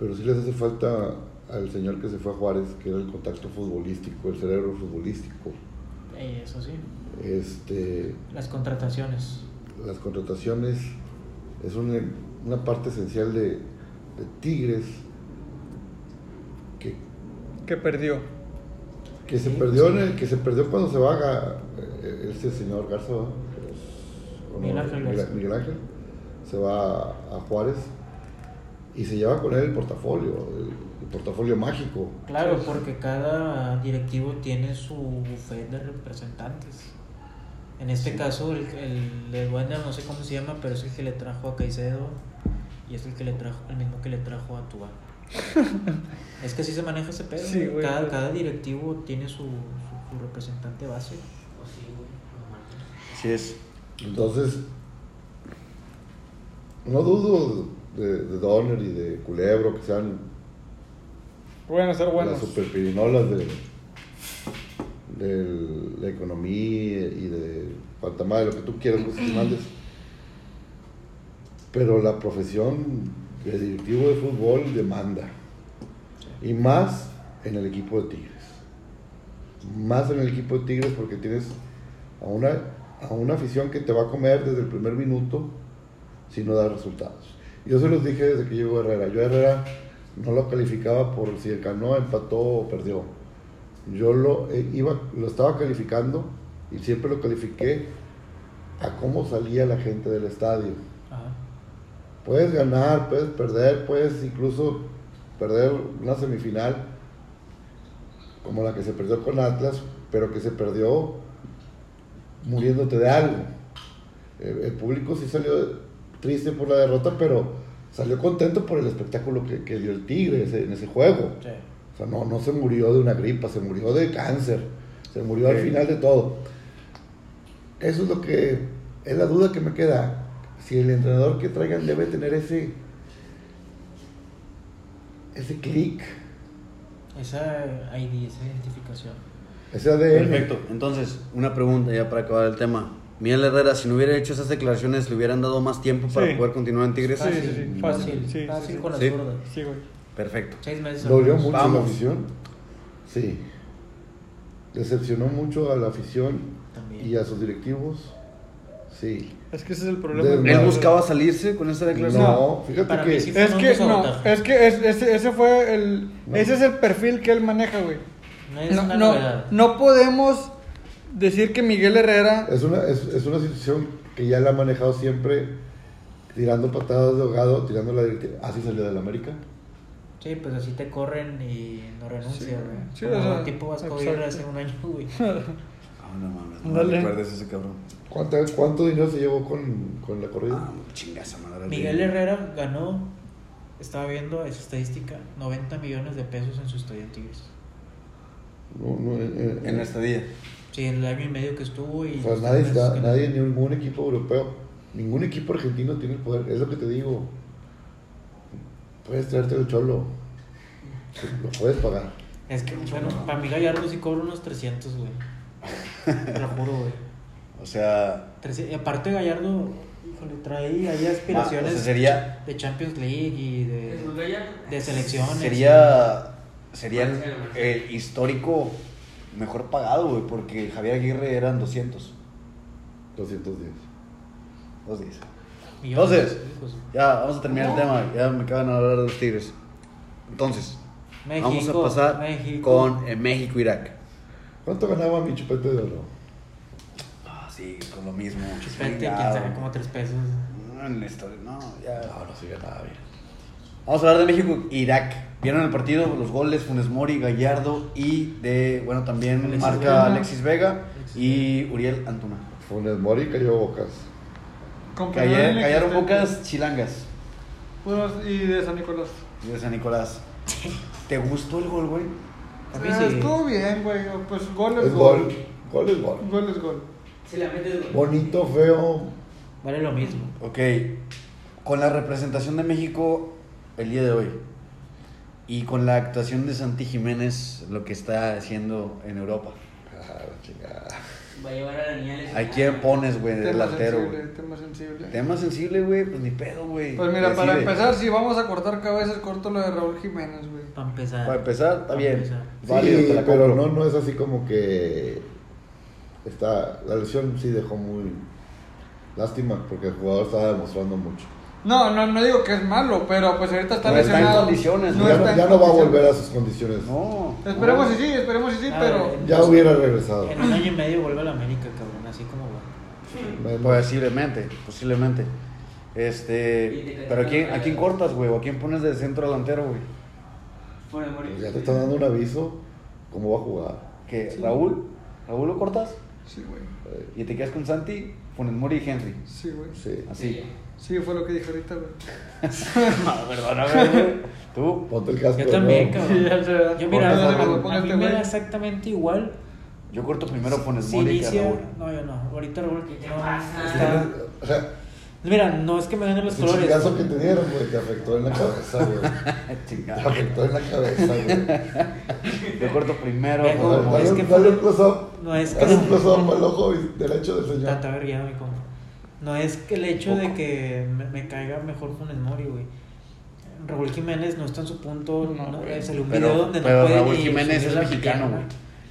Speaker 2: Pero sí les hace falta al señor que se fue a Juárez, que era el contacto futbolístico, el cerebro futbolístico.
Speaker 3: Eh, eso sí.
Speaker 2: Este,
Speaker 3: Las contrataciones.
Speaker 2: las contrataciones es una, una parte esencial de, de Tigres que,
Speaker 4: Que perdió.
Speaker 2: que se perdió en el- que se perdió cuando se va Ga- eh, este señor Garza ¿verdad? ¿O no?
Speaker 3: Miguel Ángel
Speaker 2: Miguel-
Speaker 3: Garza.
Speaker 2: Miguel Ángel. se va a Juárez y se lleva con él el portafolio el, el portafolio mágico
Speaker 3: Claro, porque cada directivo tiene su bufet de representantes. En este caso, el, el de Wanda, no sé cómo se llama, pero es el que le trajo a Caicedo y es el que le trajo, el mismo que le trajo a Tuba. es que así se maneja ese pedo.
Speaker 4: Sí,
Speaker 3: güey.
Speaker 4: güey,
Speaker 3: cada,
Speaker 4: güey.
Speaker 3: cada directivo tiene su, su- su representante base.
Speaker 5: Pues sí, güey, no mames.
Speaker 1: Sí es.
Speaker 2: entonces no dudo de, de Donner y de Culebro que sean
Speaker 4: Pueden ser buenos.
Speaker 2: las superpirinolas de, de la economía y de Pantamá, de lo que tú quieras, pues, que mandes. Pero la profesión de directivo de fútbol demanda. Y más en el equipo de Tigres. Más en el equipo de Tigres porque tienes a una, a una afición que te va a comer desde el primer minuto si no da resultados. Yo se los dije desde que llegó Herrera. Yo a Herrera no lo calificaba por si ganó, empató o perdió. Yo lo, eh, iba, lo estaba calificando y siempre lo califiqué a cómo salía la gente del estadio.
Speaker 3: Ajá.
Speaker 2: Puedes ganar, puedes perder, puedes incluso perder una semifinal como la que se perdió con Atlas, pero que se perdió muriéndote de algo. Eh, El, el público sí salió triste por la derrota, pero salió contento por el espectáculo que, que dio el Tigre ese- en ese juego.
Speaker 3: Sí.
Speaker 2: O sea, no, no se murió de una gripa, se murió de cáncer, se murió al
Speaker 1: Sí.
Speaker 2: final de todo. Eso es lo que es la duda que me queda. si el entrenador que traigan debe tener ese ese clic,
Speaker 3: Esa ID, esa identificación.
Speaker 2: ese ADN.
Speaker 1: Perfecto. Entonces, una pregunta ya para acabar el tema. Miguel Herrera, si no hubiera hecho esas declaraciones, ¿le hubieran dado más tiempo para
Speaker 4: Sí. Ah,
Speaker 1: poder continuar en Tigres?
Speaker 4: Sí, sí, sí, fácil. Sí, sí,
Speaker 3: fácil
Speaker 4: sí.
Speaker 3: con la
Speaker 1: Sí.
Speaker 3: zurda.
Speaker 4: Sí, güey.
Speaker 1: Perfecto.
Speaker 3: Seis meses.
Speaker 2: Dolió
Speaker 3: al menos.
Speaker 2: mucho a la
Speaker 1: Vamos.
Speaker 2: afición. Sí. Decepcionó mucho a la afición
Speaker 3: También.
Speaker 2: y a sus directivos. Sí.
Speaker 4: Es que ese es el problema.
Speaker 2: Él
Speaker 1: ¿Él
Speaker 4: güey.
Speaker 1: buscaba salirse con esa declaración?
Speaker 2: No,
Speaker 3: Para
Speaker 2: fíjate
Speaker 3: mí
Speaker 2: que
Speaker 3: sí.
Speaker 4: Es
Speaker 3: Fue un
Speaker 4: que, no,
Speaker 3: sabotaje.
Speaker 4: es que es- ese, ese fue el.
Speaker 2: No.
Speaker 4: Ese es el perfil que él maneja, güey.
Speaker 3: No es
Speaker 4: No,
Speaker 3: una
Speaker 4: no,
Speaker 3: novedad.
Speaker 4: no podemos decir que Miguel Herrera.
Speaker 2: es una, es, es una situación que ya la ha manejado siempre tirando patadas de ahogado, tirando la directiva. Así salió del América.
Speaker 3: Sí, pues así te corren y no renuncias, güey.
Speaker 4: Sí,
Speaker 3: Como
Speaker 4: o sea,
Speaker 3: tipo Vasco Aguirre hace
Speaker 4: exacto.
Speaker 3: un año, güey.
Speaker 1: Ah, no mames, no
Speaker 4: Dale.
Speaker 1: recuerdes ese cabrón.
Speaker 2: ¿Cuánto, cuánto dinero se llevó con, con la corrida?
Speaker 1: Ah, chingaza madre.
Speaker 3: Miguel Herrera ganó, estaba viendo esa estadística, 90 millones de pesos en su estadía en Tigres.
Speaker 2: No, no, eh, eh,
Speaker 1: En esta día.
Speaker 3: Sí, el año y medio que estuvo y...
Speaker 2: o sea,
Speaker 3: los
Speaker 2: Pues nadie,
Speaker 3: tres
Speaker 2: da-
Speaker 3: meses que
Speaker 2: nadie,
Speaker 3: no.
Speaker 2: ningún equipo europeo, ningún equipo argentino tiene el poder. Es lo que te digo. Puedes traerte el cholo. Lo puedes pagar.
Speaker 3: Es que, bueno, para mí Gallardo sí cobra unos 300, güey. Te lo juro, güey.
Speaker 1: O sea.
Speaker 3: 300. Y aparte Gallardo, híjole, trae ahí aspiraciones
Speaker 1: ah, o sea, sería.
Speaker 3: de Champions League y de,
Speaker 5: ¿Es Gallardo?
Speaker 3: Eh, de selecciones.
Speaker 1: Sería. Sería el, el histórico mejor pagado, güey, porque Javier Aguirre eran 200.
Speaker 2: 210.
Speaker 1: Dos días.
Speaker 3: y millones,
Speaker 1: Entonces,
Speaker 3: hijos.
Speaker 1: ya, vamos a terminar el tema. Ya me acaban de hablar de los Tigres. Entonces,
Speaker 3: México,
Speaker 1: vamos a pasar
Speaker 3: México.
Speaker 1: con eh, México-Irak.
Speaker 2: ¿Cuánto ganaba mi chupete de oro?
Speaker 1: Ah, sí, con lo mismo.
Speaker 3: Chupete, quién
Speaker 1: Chingado.
Speaker 3: sabe, como 3 pesos.
Speaker 1: No, en la historia, no, ya.
Speaker 2: no se ganaba bien.
Speaker 1: Vamos a hablar de México-Irak. Vieron el partido, los goles, Funes Mori, Gallardo y de, bueno, también
Speaker 3: Alexis
Speaker 1: marca
Speaker 3: Vega.
Speaker 1: Alexis Vega
Speaker 3: Alexis
Speaker 1: y Uriel Antuna.
Speaker 2: Funes Mori cayó bocas.
Speaker 4: con
Speaker 1: Calle-
Speaker 4: Peñarol
Speaker 1: cayeron
Speaker 4: inexistente.
Speaker 1: pocas chilangas
Speaker 4: Puros y de San Nicolás.
Speaker 1: de San Nicolás. ¿Te gustó el gol, güey?
Speaker 3: A mí
Speaker 4: Ah,
Speaker 3: sí.
Speaker 4: Estuvo bien, güey. Pues gol es
Speaker 2: Es gol. Gol es gol.
Speaker 4: gol. Gol es gol.
Speaker 5: Si la metes, güey.
Speaker 2: Bonito, feo.
Speaker 3: Vale lo mismo.
Speaker 1: Ok, con la representación de México el día de hoy y con la actuación de Santi Jiménez, lo que está haciendo en Europa,
Speaker 2: Ah, la chingada.
Speaker 5: Va a llevar a la niña al
Speaker 1: ¿a quién pones, güey, de
Speaker 4: Tema
Speaker 1: delantero?
Speaker 4: sensible,
Speaker 1: güey?
Speaker 4: tema sensible.
Speaker 1: Tema sensible, güey, pues ni pedo, güey.
Speaker 4: Pues mira, para
Speaker 1: Decide.
Speaker 4: empezar, si vamos a cortar cabezas, corto lo de Raúl Jiménez, güey.
Speaker 3: Para empezar.
Speaker 1: Para empezar, está
Speaker 3: Pa'
Speaker 1: bien.
Speaker 3: empezar.
Speaker 1: Válido,
Speaker 2: sí,
Speaker 1: te la
Speaker 2: pero
Speaker 1: compro.
Speaker 2: no, no es así como que está la lesión sí dejó muy lástima porque el jugador estaba demostrando mucho.
Speaker 4: No, no, no digo que es malo, pero pues ahorita está
Speaker 1: No está en
Speaker 4: lesionado.
Speaker 1: condiciones,
Speaker 4: No
Speaker 2: ya,
Speaker 4: está
Speaker 2: no,
Speaker 4: en
Speaker 2: ya no va a
Speaker 4: condiciones.
Speaker 2: volver a sus condiciones.
Speaker 1: No.
Speaker 4: Esperemos
Speaker 1: no.
Speaker 4: y sí, esperemos y sí,
Speaker 3: A
Speaker 4: pero.
Speaker 3: ver,
Speaker 2: Ya hubiera regresado.
Speaker 3: En un año y medio vuelve a la América, cabrón, así como va.
Speaker 2: Me-
Speaker 1: Posiblemente, posiblemente.
Speaker 5: Y te
Speaker 1: Este,
Speaker 5: cae
Speaker 1: pero ¿a
Speaker 5: una
Speaker 1: quién, ¿a
Speaker 5: raya.
Speaker 1: quién cortas, güey? ¿O a quién pones de centro delantero, güey?
Speaker 5: Funes Mori.
Speaker 1: Pues,
Speaker 2: Pues ya te están dando un aviso cómo va a jugar.
Speaker 1: ¿Que
Speaker 4: Sí.
Speaker 1: Raúl? ¿Raúl lo cortas?
Speaker 4: Sí, güey.
Speaker 2: Eh,
Speaker 1: Y te quedas con Santi, Funes Mori y Henry.
Speaker 4: Sí, güey.
Speaker 2: sí.
Speaker 1: Así.
Speaker 4: Sí, fue lo que dije ahorita, güey.
Speaker 1: No, perdóname, güey. Tú.
Speaker 2: Ponte el casco.
Speaker 3: Yo también,
Speaker 2: ¿no?
Speaker 4: Sí, ya
Speaker 3: cabrón.
Speaker 4: sé.
Speaker 3: Yo
Speaker 1: Por
Speaker 3: mira,
Speaker 1: eso
Speaker 3: a
Speaker 1: le digo,
Speaker 3: mí- a
Speaker 4: póngate,
Speaker 3: mí me
Speaker 4: güey.
Speaker 3: da exactamente igual.
Speaker 1: Yo corto primero Funes
Speaker 3: Si
Speaker 1: Mori que a
Speaker 3: inicia.
Speaker 1: Raúl.
Speaker 3: No, yo no. Ahorita Raúl
Speaker 5: ¿Qué
Speaker 3: no.
Speaker 5: pasa?
Speaker 3: está-
Speaker 2: O sea,
Speaker 3: Mira, no es que me ganen los
Speaker 2: el
Speaker 3: colores.
Speaker 2: chingazo que te dieron, güey, te afectó en la cabeza, güey. Te
Speaker 1: Chingada.
Speaker 2: afectó en la cabeza, güey.
Speaker 1: Yo corto primero.
Speaker 3: Vengo,
Speaker 1: Funes
Speaker 3: No,
Speaker 1: Mori.
Speaker 3: es
Speaker 2: Dale
Speaker 3: que
Speaker 2: un- dale un
Speaker 3: fue-
Speaker 2: close-up.
Speaker 3: No es que.
Speaker 2: Dale un close-up al ojo y derecho del
Speaker 3: Está,
Speaker 2: señor.
Speaker 3: está vergueado mi compa. No es que el hecho de que me, me caiga mejor Funes Mori, güey. Raúl Jiménez no está en su punto.
Speaker 4: No,
Speaker 3: No,
Speaker 4: güey.
Speaker 3: salió un video
Speaker 1: Pero,
Speaker 3: donde
Speaker 1: pero
Speaker 3: no puede
Speaker 1: Raúl
Speaker 3: ni
Speaker 1: Jiménez
Speaker 3: subir
Speaker 1: es
Speaker 3: la
Speaker 1: mexicano,
Speaker 3: pierna.
Speaker 1: güey.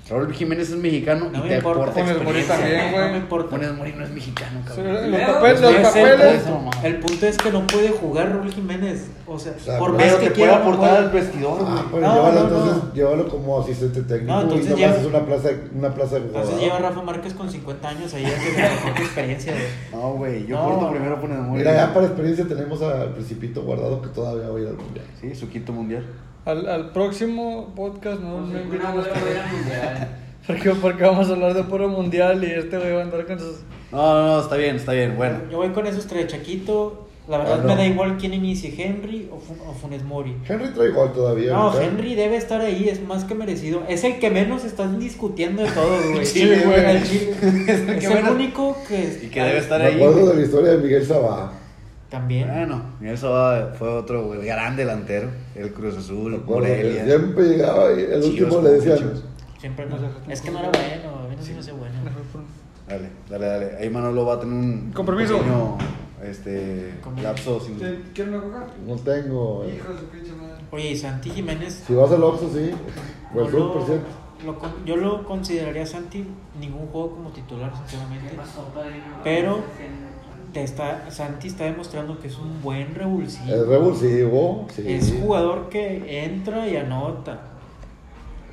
Speaker 1: Raúl Jiménez es mexicano
Speaker 3: No
Speaker 1: y
Speaker 3: me
Speaker 1: te
Speaker 3: importa.
Speaker 1: aporta
Speaker 4: Con el Mori
Speaker 1: experiencia.
Speaker 4: también, güey.
Speaker 3: No me importa.
Speaker 1: Funes Mori no es mexicano,
Speaker 4: Sí,
Speaker 1: cabrón.
Speaker 4: Los
Speaker 5: Pero,
Speaker 4: papeles, los
Speaker 3: Es el
Speaker 4: papeles.
Speaker 1: punto.
Speaker 3: punto. El punto es que no puede jugar Raúl Jiménez. O sea,
Speaker 2: Exacto.
Speaker 3: por más
Speaker 1: Pero
Speaker 3: que
Speaker 1: te puede
Speaker 3: quiera. no
Speaker 1: aportar
Speaker 3: puede.
Speaker 1: al vestidor, güey.
Speaker 2: Ah, pero
Speaker 3: No,
Speaker 2: llévalo,
Speaker 3: no, no.
Speaker 2: entonces, llévalo como asistente técnico
Speaker 3: No,
Speaker 2: y
Speaker 3: entonces
Speaker 2: nomás
Speaker 3: lleva-
Speaker 2: es una plaza, una plaza de
Speaker 3: Entonces
Speaker 2: jugador.
Speaker 3: lleva a Rafa Márquez con 50 años ahí a que le aporte experiencia, güey.
Speaker 1: No, güey, yo
Speaker 3: No.
Speaker 1: corto primero Funes Mori.
Speaker 2: Mira, ya para experiencia tenemos al Principito Guardado que todavía va a ir al Mundial.
Speaker 1: Sí, su quinto mundial.
Speaker 4: Al, al próximo podcast no
Speaker 5: Como
Speaker 4: no
Speaker 5: si
Speaker 4: invito
Speaker 5: una
Speaker 4: a
Speaker 5: güera
Speaker 4: ustedes.
Speaker 5: fuera mundial.
Speaker 4: Porque, porque vamos a hablar de puro mundial y este güey va a andar con sus.
Speaker 1: No, no, no, está bien, está bien, bueno.
Speaker 3: Yo voy con esos tres, Chaquito. La verdad
Speaker 2: Ah, no.
Speaker 3: me da igual quién inicie, Henry o, Fu- o Funes Mori.
Speaker 2: Henry trae gol todavía.
Speaker 3: No,
Speaker 2: ¿verdad?
Speaker 3: Henry debe estar ahí, es más que merecido. Es el que menos están discutiendo de todo, güey.
Speaker 1: Sí, güey.
Speaker 3: Al chile.
Speaker 1: Es el
Speaker 3: Es
Speaker 1: que
Speaker 3: el
Speaker 1: menos-
Speaker 3: único que.
Speaker 1: Y que debe estar
Speaker 2: Me
Speaker 1: ahí.
Speaker 2: acuerdo
Speaker 1: güey.
Speaker 2: de la historia de Miguel Sabá.
Speaker 3: También.
Speaker 1: Bueno, eso va- fue otro güey, gran delantero. El Cruz Azul,
Speaker 2: Bueno,
Speaker 1: Morelia.
Speaker 2: Siempre llegaba y el
Speaker 1: Chivas,
Speaker 2: último le decían,
Speaker 1: Chivas.
Speaker 3: Siempre no. Es que no era bueno, a mí no se me hace bueno.
Speaker 1: Dale, dale, dale. Ahí Manolo va a tener un
Speaker 4: Compromiso.
Speaker 1: pequeño, este,
Speaker 3: Compromiso.
Speaker 1: lapso sin...
Speaker 4: ¿Quieren una coca?
Speaker 2: no tengo. eh".
Speaker 4: Hijo de su pinche madre.
Speaker 3: Oye, y Santi Jiménez.
Speaker 2: Si vas al Oxxo, sí. O el
Speaker 3: yo lo-
Speaker 2: Super, sí.
Speaker 3: lo con- yo lo consideraría Santi ningún juego como titular, sinceramente.
Speaker 5: ¿Qué pasó, padrino?
Speaker 3: Pero-
Speaker 5: Hacen-
Speaker 3: Te está, Santi está demostrando que es un buen
Speaker 2: Es
Speaker 3: revulsivo.
Speaker 2: revulsivo, sí.
Speaker 3: Es jugador que entra y anota.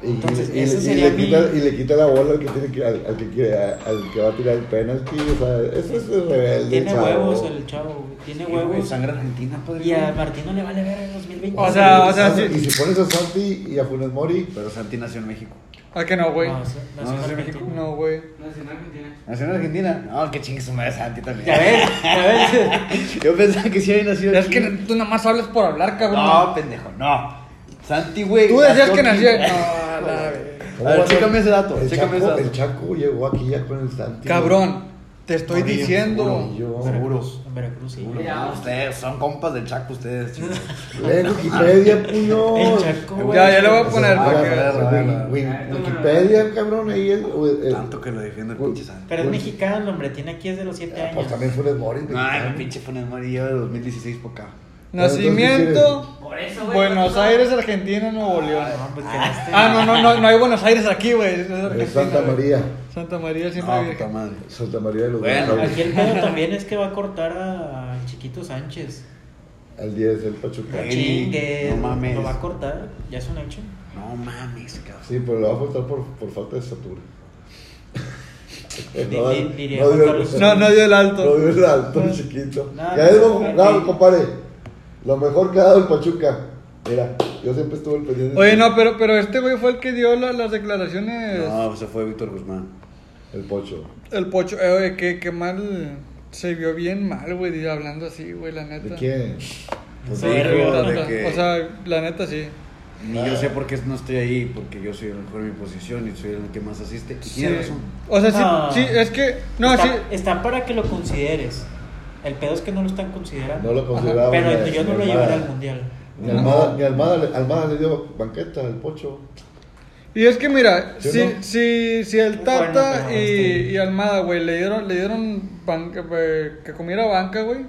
Speaker 2: Y,
Speaker 3: Entonces,
Speaker 2: y- y-
Speaker 3: ese
Speaker 2: y
Speaker 3: sería
Speaker 2: le quita,
Speaker 3: mi-
Speaker 2: y le quita la bola al que, tiene que, al, al que, quiere- al que va a tirar el penalti. O sea, eso es el rebelde.
Speaker 3: Tiene
Speaker 2: chavo.
Speaker 3: huevos el chavo, güey. tiene
Speaker 1: Sí, güey,
Speaker 3: huevos.
Speaker 1: Sangre argentina, padre.
Speaker 3: Y a Martino le vale ver en 2020.
Speaker 4: O sea, o sea,
Speaker 2: Ah,
Speaker 4: sí.
Speaker 2: Y si pones a Santi y a Funes Mori,
Speaker 1: Pero Santi nació en México.
Speaker 4: Ah, que no, güey.
Speaker 3: No, sí, no,
Speaker 1: No,
Speaker 3: sí,
Speaker 1: no sé,
Speaker 3: Martino.
Speaker 1: México.
Speaker 4: No, güey.
Speaker 5: Nació en Argentina.
Speaker 1: ¿Nació en Argentina? No, que chingue su madre Santi también.
Speaker 3: Ya ves, ya ves.
Speaker 1: Yo pensaba que sí había nacido
Speaker 4: Es que
Speaker 1: aquí.
Speaker 4: tú nada más hablas por hablar, cabrón.
Speaker 1: No, pendejo, no. Santi, güey.
Speaker 4: Tú decías
Speaker 1: nació
Speaker 4: que
Speaker 1: aquí.
Speaker 4: nació. No, la verga.
Speaker 2: ¿cómo
Speaker 1: A ver,
Speaker 2: va ser?
Speaker 1: chécame ese dato,
Speaker 2: El
Speaker 1: chécame ese
Speaker 2: Chaco,
Speaker 1: dato.
Speaker 2: el Chaco llegó aquí ya con el Santi.
Speaker 4: Cabrón, te estoy
Speaker 1: Morrillo,
Speaker 4: diciendo.
Speaker 2: Morrillo.
Speaker 1: Seguros.
Speaker 3: En Veracruz, sí.
Speaker 1: Seguro. No, Ustedes son compas del Chaco, ustedes. chicos.
Speaker 2: Lee Wikipedia, puño. Pues,
Speaker 3: El Chaco, güey.
Speaker 4: Ya, ya le voy a poner
Speaker 1: Ah,
Speaker 4: para
Speaker 1: claro.
Speaker 4: que.
Speaker 1: Wiki-
Speaker 2: Wikipedia, cabrón, ahí eh, el, el-
Speaker 1: Tanto que lo defiende el
Speaker 2: Uy.
Speaker 1: pinche Santi.
Speaker 3: Pero es
Speaker 2: Bueno.
Speaker 3: mexicano, hombre, tiene aquí desde los 7
Speaker 2: Ah, pues
Speaker 3: años.
Speaker 2: también Funes Mori.
Speaker 1: Ay, el pinche Funes Mori lleva de 2016 por acá.
Speaker 4: Nacimiento,
Speaker 5: Por eso, güey.
Speaker 4: Buenos
Speaker 5: ¿cuánto-
Speaker 4: Aires, Argentina, Nuevo León.
Speaker 3: No, hombre, quedaste-
Speaker 4: Ah, no, no, no, no hay Buenos Aires aquí, güey. Es Argentina,
Speaker 2: Es Santa
Speaker 4: güey.
Speaker 2: María.
Speaker 4: Santa María siempre
Speaker 1: No, puta
Speaker 4: virgen.
Speaker 1: madre.
Speaker 2: Santa María de los
Speaker 1: Bueno,
Speaker 2: Buenos Aires.
Speaker 3: Aquí el pedo también es que va a cortar a al Chiquito Sánchez.
Speaker 2: Al 10, el Pachuca.
Speaker 1: Ey,
Speaker 3: Chingue,
Speaker 1: no mames.
Speaker 3: Lo va a cortar, ya es un hecho.
Speaker 1: No mames, cabrón.
Speaker 2: Sí, pero le va a faltar por, por falta de estatura.
Speaker 3: Di-
Speaker 2: No,
Speaker 3: di- diría
Speaker 2: no
Speaker 3: Juan
Speaker 2: dio-
Speaker 3: Carlos.
Speaker 4: No, no dio el
Speaker 2: No
Speaker 4: alto.
Speaker 2: dio el alto, el chiquito.
Speaker 3: Nada,
Speaker 2: ya es lo
Speaker 3: nada.
Speaker 2: jugado, compadre. Lo mejor que ha dado el Pachuca. Mira, yo siempre estuve al pendiente.
Speaker 4: Oye, no, pero, pero este güey fue el que dio la- las declaraciones.
Speaker 2: Ah.
Speaker 1: No, se fue Víctor Guzmán.
Speaker 2: El Pocho.
Speaker 4: El pocho, eh, güey, que, que mal. Se vio bien mal, güey, hablando así, güey, la neta.
Speaker 2: ¿De quién? Pues
Speaker 3: Sí,
Speaker 2: dijo,
Speaker 1: Río,
Speaker 4: O
Speaker 1: de
Speaker 4: sea,
Speaker 1: que-
Speaker 4: O sea, la neta sí.
Speaker 1: Ni
Speaker 4: Ah.
Speaker 1: yo sé por qué no estoy ahí, porque yo soy el mejor en mi posición y soy el que más asiste. Y tiene
Speaker 4: Sí.
Speaker 1: razón.
Speaker 4: O sea, sí,
Speaker 3: No.
Speaker 4: sí, es que. No,
Speaker 3: está,
Speaker 4: sí.
Speaker 3: está para que lo consideres. El pedo es que no lo están considerando.
Speaker 2: No lo consideraba.
Speaker 3: Pero
Speaker 2: ni-
Speaker 3: yo
Speaker 2: ni
Speaker 3: no lo
Speaker 2: Almada.
Speaker 3: llevaré al mundial.
Speaker 2: Ni Almada, ni Almada, le- Almada le dio banqueta al Pocho.
Speaker 4: Y es que mira,
Speaker 2: ¿Sí o
Speaker 4: si,
Speaker 2: no?
Speaker 4: si, si el
Speaker 3: Bueno,
Speaker 4: Tata
Speaker 3: pero
Speaker 4: y,
Speaker 3: este-
Speaker 4: y Almada, güey, le dieron, le dieron banca, eh, que comiera banca, güey.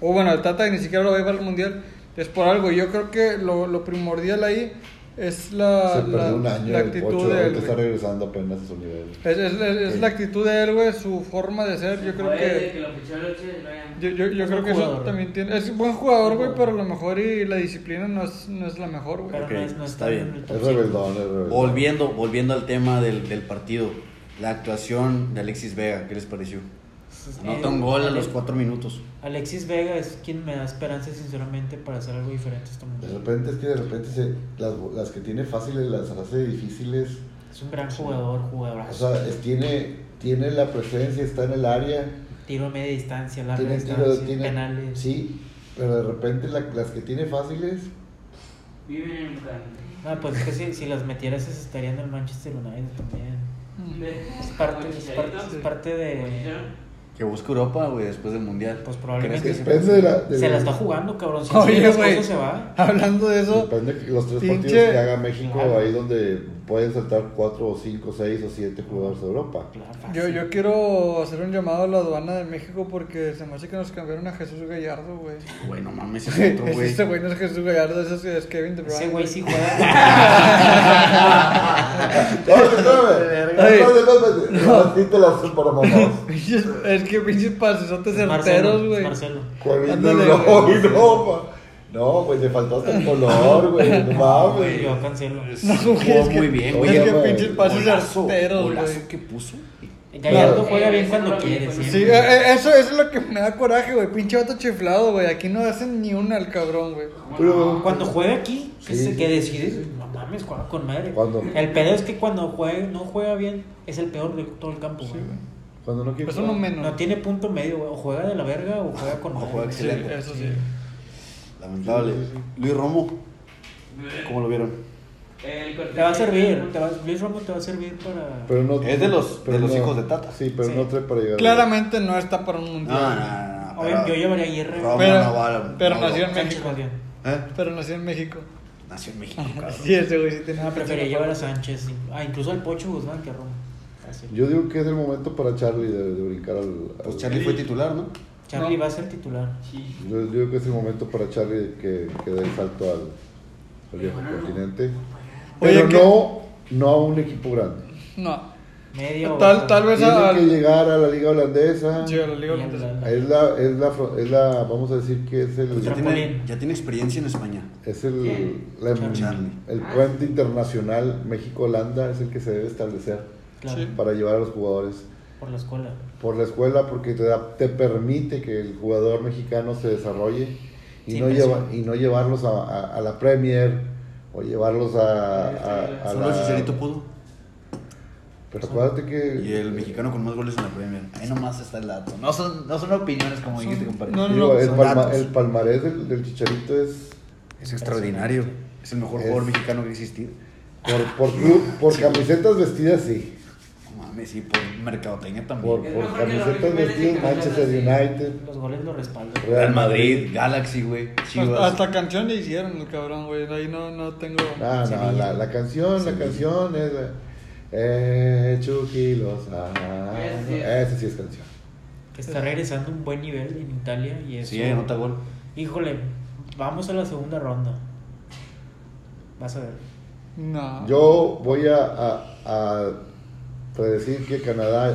Speaker 4: O bueno, el Tata ni siquiera lo va a llevar al mundial. Es por algo. Yo creo que lo, lo primordial ahí es la,
Speaker 2: Se
Speaker 4: Ah, la,
Speaker 2: perdió un año
Speaker 4: la
Speaker 2: el Pocho.
Speaker 4: actitud de él.
Speaker 2: Ahorita está
Speaker 4: güey.
Speaker 2: regresando apenas a su nivel.
Speaker 4: Es, es- es- es la actitud de él, güey, su forma de ser. Yo creo
Speaker 5: Joder, desde
Speaker 4: que.
Speaker 5: que lo fichó el Oche, no hay-
Speaker 4: Yo, yo, yo
Speaker 3: Es
Speaker 4: creo
Speaker 3: buen
Speaker 4: que eso
Speaker 3: jugador.
Speaker 4: también tiene. Es buen jugador, güey, pero a lo mejor y la disciplina no es, no es la mejor, güey.
Speaker 3: Pero
Speaker 1: Ok,
Speaker 3: no es, no
Speaker 1: está
Speaker 3: en
Speaker 1: bien.
Speaker 3: el top
Speaker 2: Es
Speaker 3: cinco.
Speaker 2: rebeldón, es rebeldón.
Speaker 1: Volviendo, volviendo al tema del, del partido, la actuación de Alexis Vega, ¿qué les pareció? Anota un gol a los cuatro minutos.
Speaker 3: eh, Alexis Vega es quien me da esperanza, sinceramente, para hacer algo diferente este
Speaker 2: De
Speaker 3: mundial.
Speaker 2: repente es que de repente se, las, las que tiene fáciles las hace difíciles.
Speaker 3: Es un gran jugador,
Speaker 2: O
Speaker 3: jugadorazo.
Speaker 2: sea, es- tiene, tiene la presencia, está en el área.
Speaker 3: tiro a media distancia, larga
Speaker 2: tiene
Speaker 3: distancia,
Speaker 2: tiro, tiene.
Speaker 3: penales.
Speaker 2: Sí, pero de repente la- las que tiene fáciles.
Speaker 5: Viven en un lugar.
Speaker 3: No, pues es que si, si las metieras esas estarían en el Manchester United también. Mm. Es parte, es parte, es parte de...
Speaker 1: Que busca Europa, güey, después del Mundial.
Speaker 3: Pues probablemente
Speaker 1: ¿Crees que se-
Speaker 2: Depende de la. de
Speaker 3: Se la
Speaker 2: la-
Speaker 3: está jugando, cabrón. Si
Speaker 4: Oye,
Speaker 3: Oye, las
Speaker 4: güey.
Speaker 3: cosas se va.
Speaker 4: Hablando de eso.
Speaker 2: Depende de los tres
Speaker 4: Pinche-
Speaker 2: partidos que haga México,
Speaker 3: Claro.
Speaker 2: ahí donde pueden saltar cuatro o cinco, seis o siete jugadores de Europa.
Speaker 3: Claro,
Speaker 4: Yo,
Speaker 3: fácil.
Speaker 4: yo quiero hacer un llamado a la aduana de México porque se me hace que nos cambiaron a Jesús Gallardo, güey.
Speaker 1: Güey, no mames, ese otro,
Speaker 4: Es
Speaker 1: güey.
Speaker 4: este güey no es Jesús Gallardo, ese es, es Kevin De Bruyne.
Speaker 3: Ese güey sí juega.
Speaker 2: No, espérame.
Speaker 4: Ay.
Speaker 2: No, no, no, no, no, sí te la haces para mamás.
Speaker 4: Pinches- es que pinches pasesotes
Speaker 3: Es
Speaker 4: certeros,
Speaker 3: Marcelo, es
Speaker 4: güey.
Speaker 3: Marcelo.
Speaker 2: Cuervito,
Speaker 4: Ándale,
Speaker 2: no,
Speaker 4: güey.
Speaker 2: no, pa. No, güey, le faltó hasta el color, güey. No mames.
Speaker 3: Yo cancelo.
Speaker 4: No, güey,
Speaker 1: Jugó
Speaker 4: es que-
Speaker 1: muy bien, güey.
Speaker 4: Es que
Speaker 2: Oye,
Speaker 4: pinches pases
Speaker 1: Golazo,
Speaker 4: certeros,
Speaker 1: golazo
Speaker 4: güey.
Speaker 1: que puso.
Speaker 3: Gallardo
Speaker 2: Claro.
Speaker 3: juega bien
Speaker 5: Eh,
Speaker 3: cuando
Speaker 5: eso no lo
Speaker 3: quiere.
Speaker 5: vi,
Speaker 3: siempre.
Speaker 4: Sí, eh, eh, eso, eso es lo que me da coraje, güey. Pinche vato chiflado, güey. Aquí no hacen ni una al cabrón, güey.
Speaker 2: Pero-
Speaker 3: Cuando juega aquí, que,
Speaker 2: Sí,
Speaker 3: se-
Speaker 2: sí,
Speaker 3: que
Speaker 2: sí,
Speaker 3: decide,
Speaker 2: sí.
Speaker 3: no mames, juega con madre.
Speaker 2: Cuando-
Speaker 3: El pedo es que cuando juega, no juega bien, es el peor de todo el campo. güey.
Speaker 2: Cuando no quiere.
Speaker 4: Eso no Pues menos.
Speaker 3: No tiene punto medio, güey. O juega de la verga o juega con
Speaker 1: O
Speaker 3: madre.
Speaker 1: juega
Speaker 4: Sí,
Speaker 1: excelente.
Speaker 4: eso sí.
Speaker 1: Lamentable.
Speaker 2: Sí, sí,
Speaker 1: Luis Romo, ¿cómo lo vieron?
Speaker 5: El
Speaker 3: Te va a servir, te va, Luis Romo te va a servir para...
Speaker 2: Pero no,
Speaker 1: Es de los- de
Speaker 2: pero
Speaker 1: los
Speaker 2: no-
Speaker 1: hijos de Tata.
Speaker 2: Sí, pero
Speaker 3: Sí.
Speaker 2: no trae para llegar.
Speaker 4: Claramente no está para un
Speaker 1: No, no,
Speaker 4: mundial.
Speaker 1: no, no, No,
Speaker 3: Obvio,
Speaker 1: pero-
Speaker 3: yo llevaría hierro.
Speaker 1: Romo
Speaker 4: Pero-
Speaker 1: no vale-
Speaker 4: pero
Speaker 1: no,
Speaker 4: nació en
Speaker 3: Sánchez
Speaker 4: México.
Speaker 3: más bien.
Speaker 1: ¿Eh?
Speaker 4: Pero nació en México.
Speaker 1: Nació en México, cabrón.
Speaker 4: Sí, ese güey sí tenía.
Speaker 3: No, preferiría Ah, llevar a Sánchez, ah, incluso al Pocho Guzmán que a Romo. Ah, Así.
Speaker 2: Yo digo que es el momento para Charlie de, de brincar al.
Speaker 1: Pues
Speaker 2: al-
Speaker 1: Charlie fue titular, ¿no?
Speaker 3: Charlie
Speaker 4: No.
Speaker 3: va a ser titular.
Speaker 5: Sí.
Speaker 2: Yo digo que es el momento para Charlie de que, que dé el salto al, al viejo continente.
Speaker 4: Oye,
Speaker 2: Pero
Speaker 4: que-
Speaker 2: no, no a un equipo grande.
Speaker 4: No.
Speaker 3: Medio.
Speaker 4: Ah, Tal, tal vez
Speaker 2: Tiene que
Speaker 4: Pues al.
Speaker 2: llegar a la liga holandesa.
Speaker 4: Sí, a la Liga
Speaker 3: Y al-
Speaker 4: Holandesa.
Speaker 2: Es la, es la, fro- es la, vamos a decir que es
Speaker 1: Pues ya
Speaker 2: el,
Speaker 1: tiene,
Speaker 3: Trampolín.
Speaker 1: ya tiene experiencia en España.
Speaker 2: es el,
Speaker 5: ¿Quién? Ah,
Speaker 2: la-
Speaker 1: Charlie.
Speaker 2: el puente internacional México-Holanda es el que se debe establecer
Speaker 3: Claro,
Speaker 4: Sí.
Speaker 2: para llevar a los jugadores
Speaker 3: por la escuela.
Speaker 2: por la escuela porque te, da- te permite que el jugador mexicano se desarrolle y,
Speaker 3: Sí,
Speaker 2: no,
Speaker 3: presión.
Speaker 2: lleva, y no llevarlos a, a- a la Premier o llevarlos a, a- a
Speaker 1: Solo el
Speaker 2: la-
Speaker 1: Chicharito pudo.
Speaker 2: Pero acuérdate que...
Speaker 1: Y el mexicano con más goles en la Premier. Ahí nomás está el dato. No son, no son opiniones como
Speaker 4: Son-
Speaker 1: dijiste, compadre.
Speaker 4: no, no,
Speaker 2: digo, el,
Speaker 1: son
Speaker 2: palma-
Speaker 1: datos.
Speaker 2: el palmarés del, del Chicharito es
Speaker 1: Es extraordinario. Es el mejor
Speaker 2: Es-
Speaker 1: jugador mexicano que ha existido.
Speaker 2: por, por club, por camisetas vestidas, sí.
Speaker 1: No mames, sí, por mercadotecnia
Speaker 2: Por,
Speaker 1: también.
Speaker 5: Es
Speaker 2: por
Speaker 5: mejor que los
Speaker 2: camisetas
Speaker 5: Jiménez y
Speaker 2: vestidas,
Speaker 5: camisetas
Speaker 2: Manchester
Speaker 5: así.
Speaker 2: United,
Speaker 3: Los goles lo respaldan.
Speaker 1: Real Madrid, Galaxy, güey.
Speaker 4: Hasta,
Speaker 1: Chivas.
Speaker 4: hasta canción le hicieron el cabrón, güey. Ahí no, no tengo.
Speaker 2: No, Ah, no, la, la canción, la canción es. la- Eh, Chucky Lozano.
Speaker 5: Ese sí es.
Speaker 2: Esa sí es canción.
Speaker 3: Que está regresando a un buen nivel en Italia y eso.
Speaker 1: Sí, anota gol.
Speaker 3: Híjole, vamos a la segunda ronda. Vas a ver.
Speaker 5: Ah.
Speaker 4: No.
Speaker 2: Yo voy a, a, a predecir que Canadá,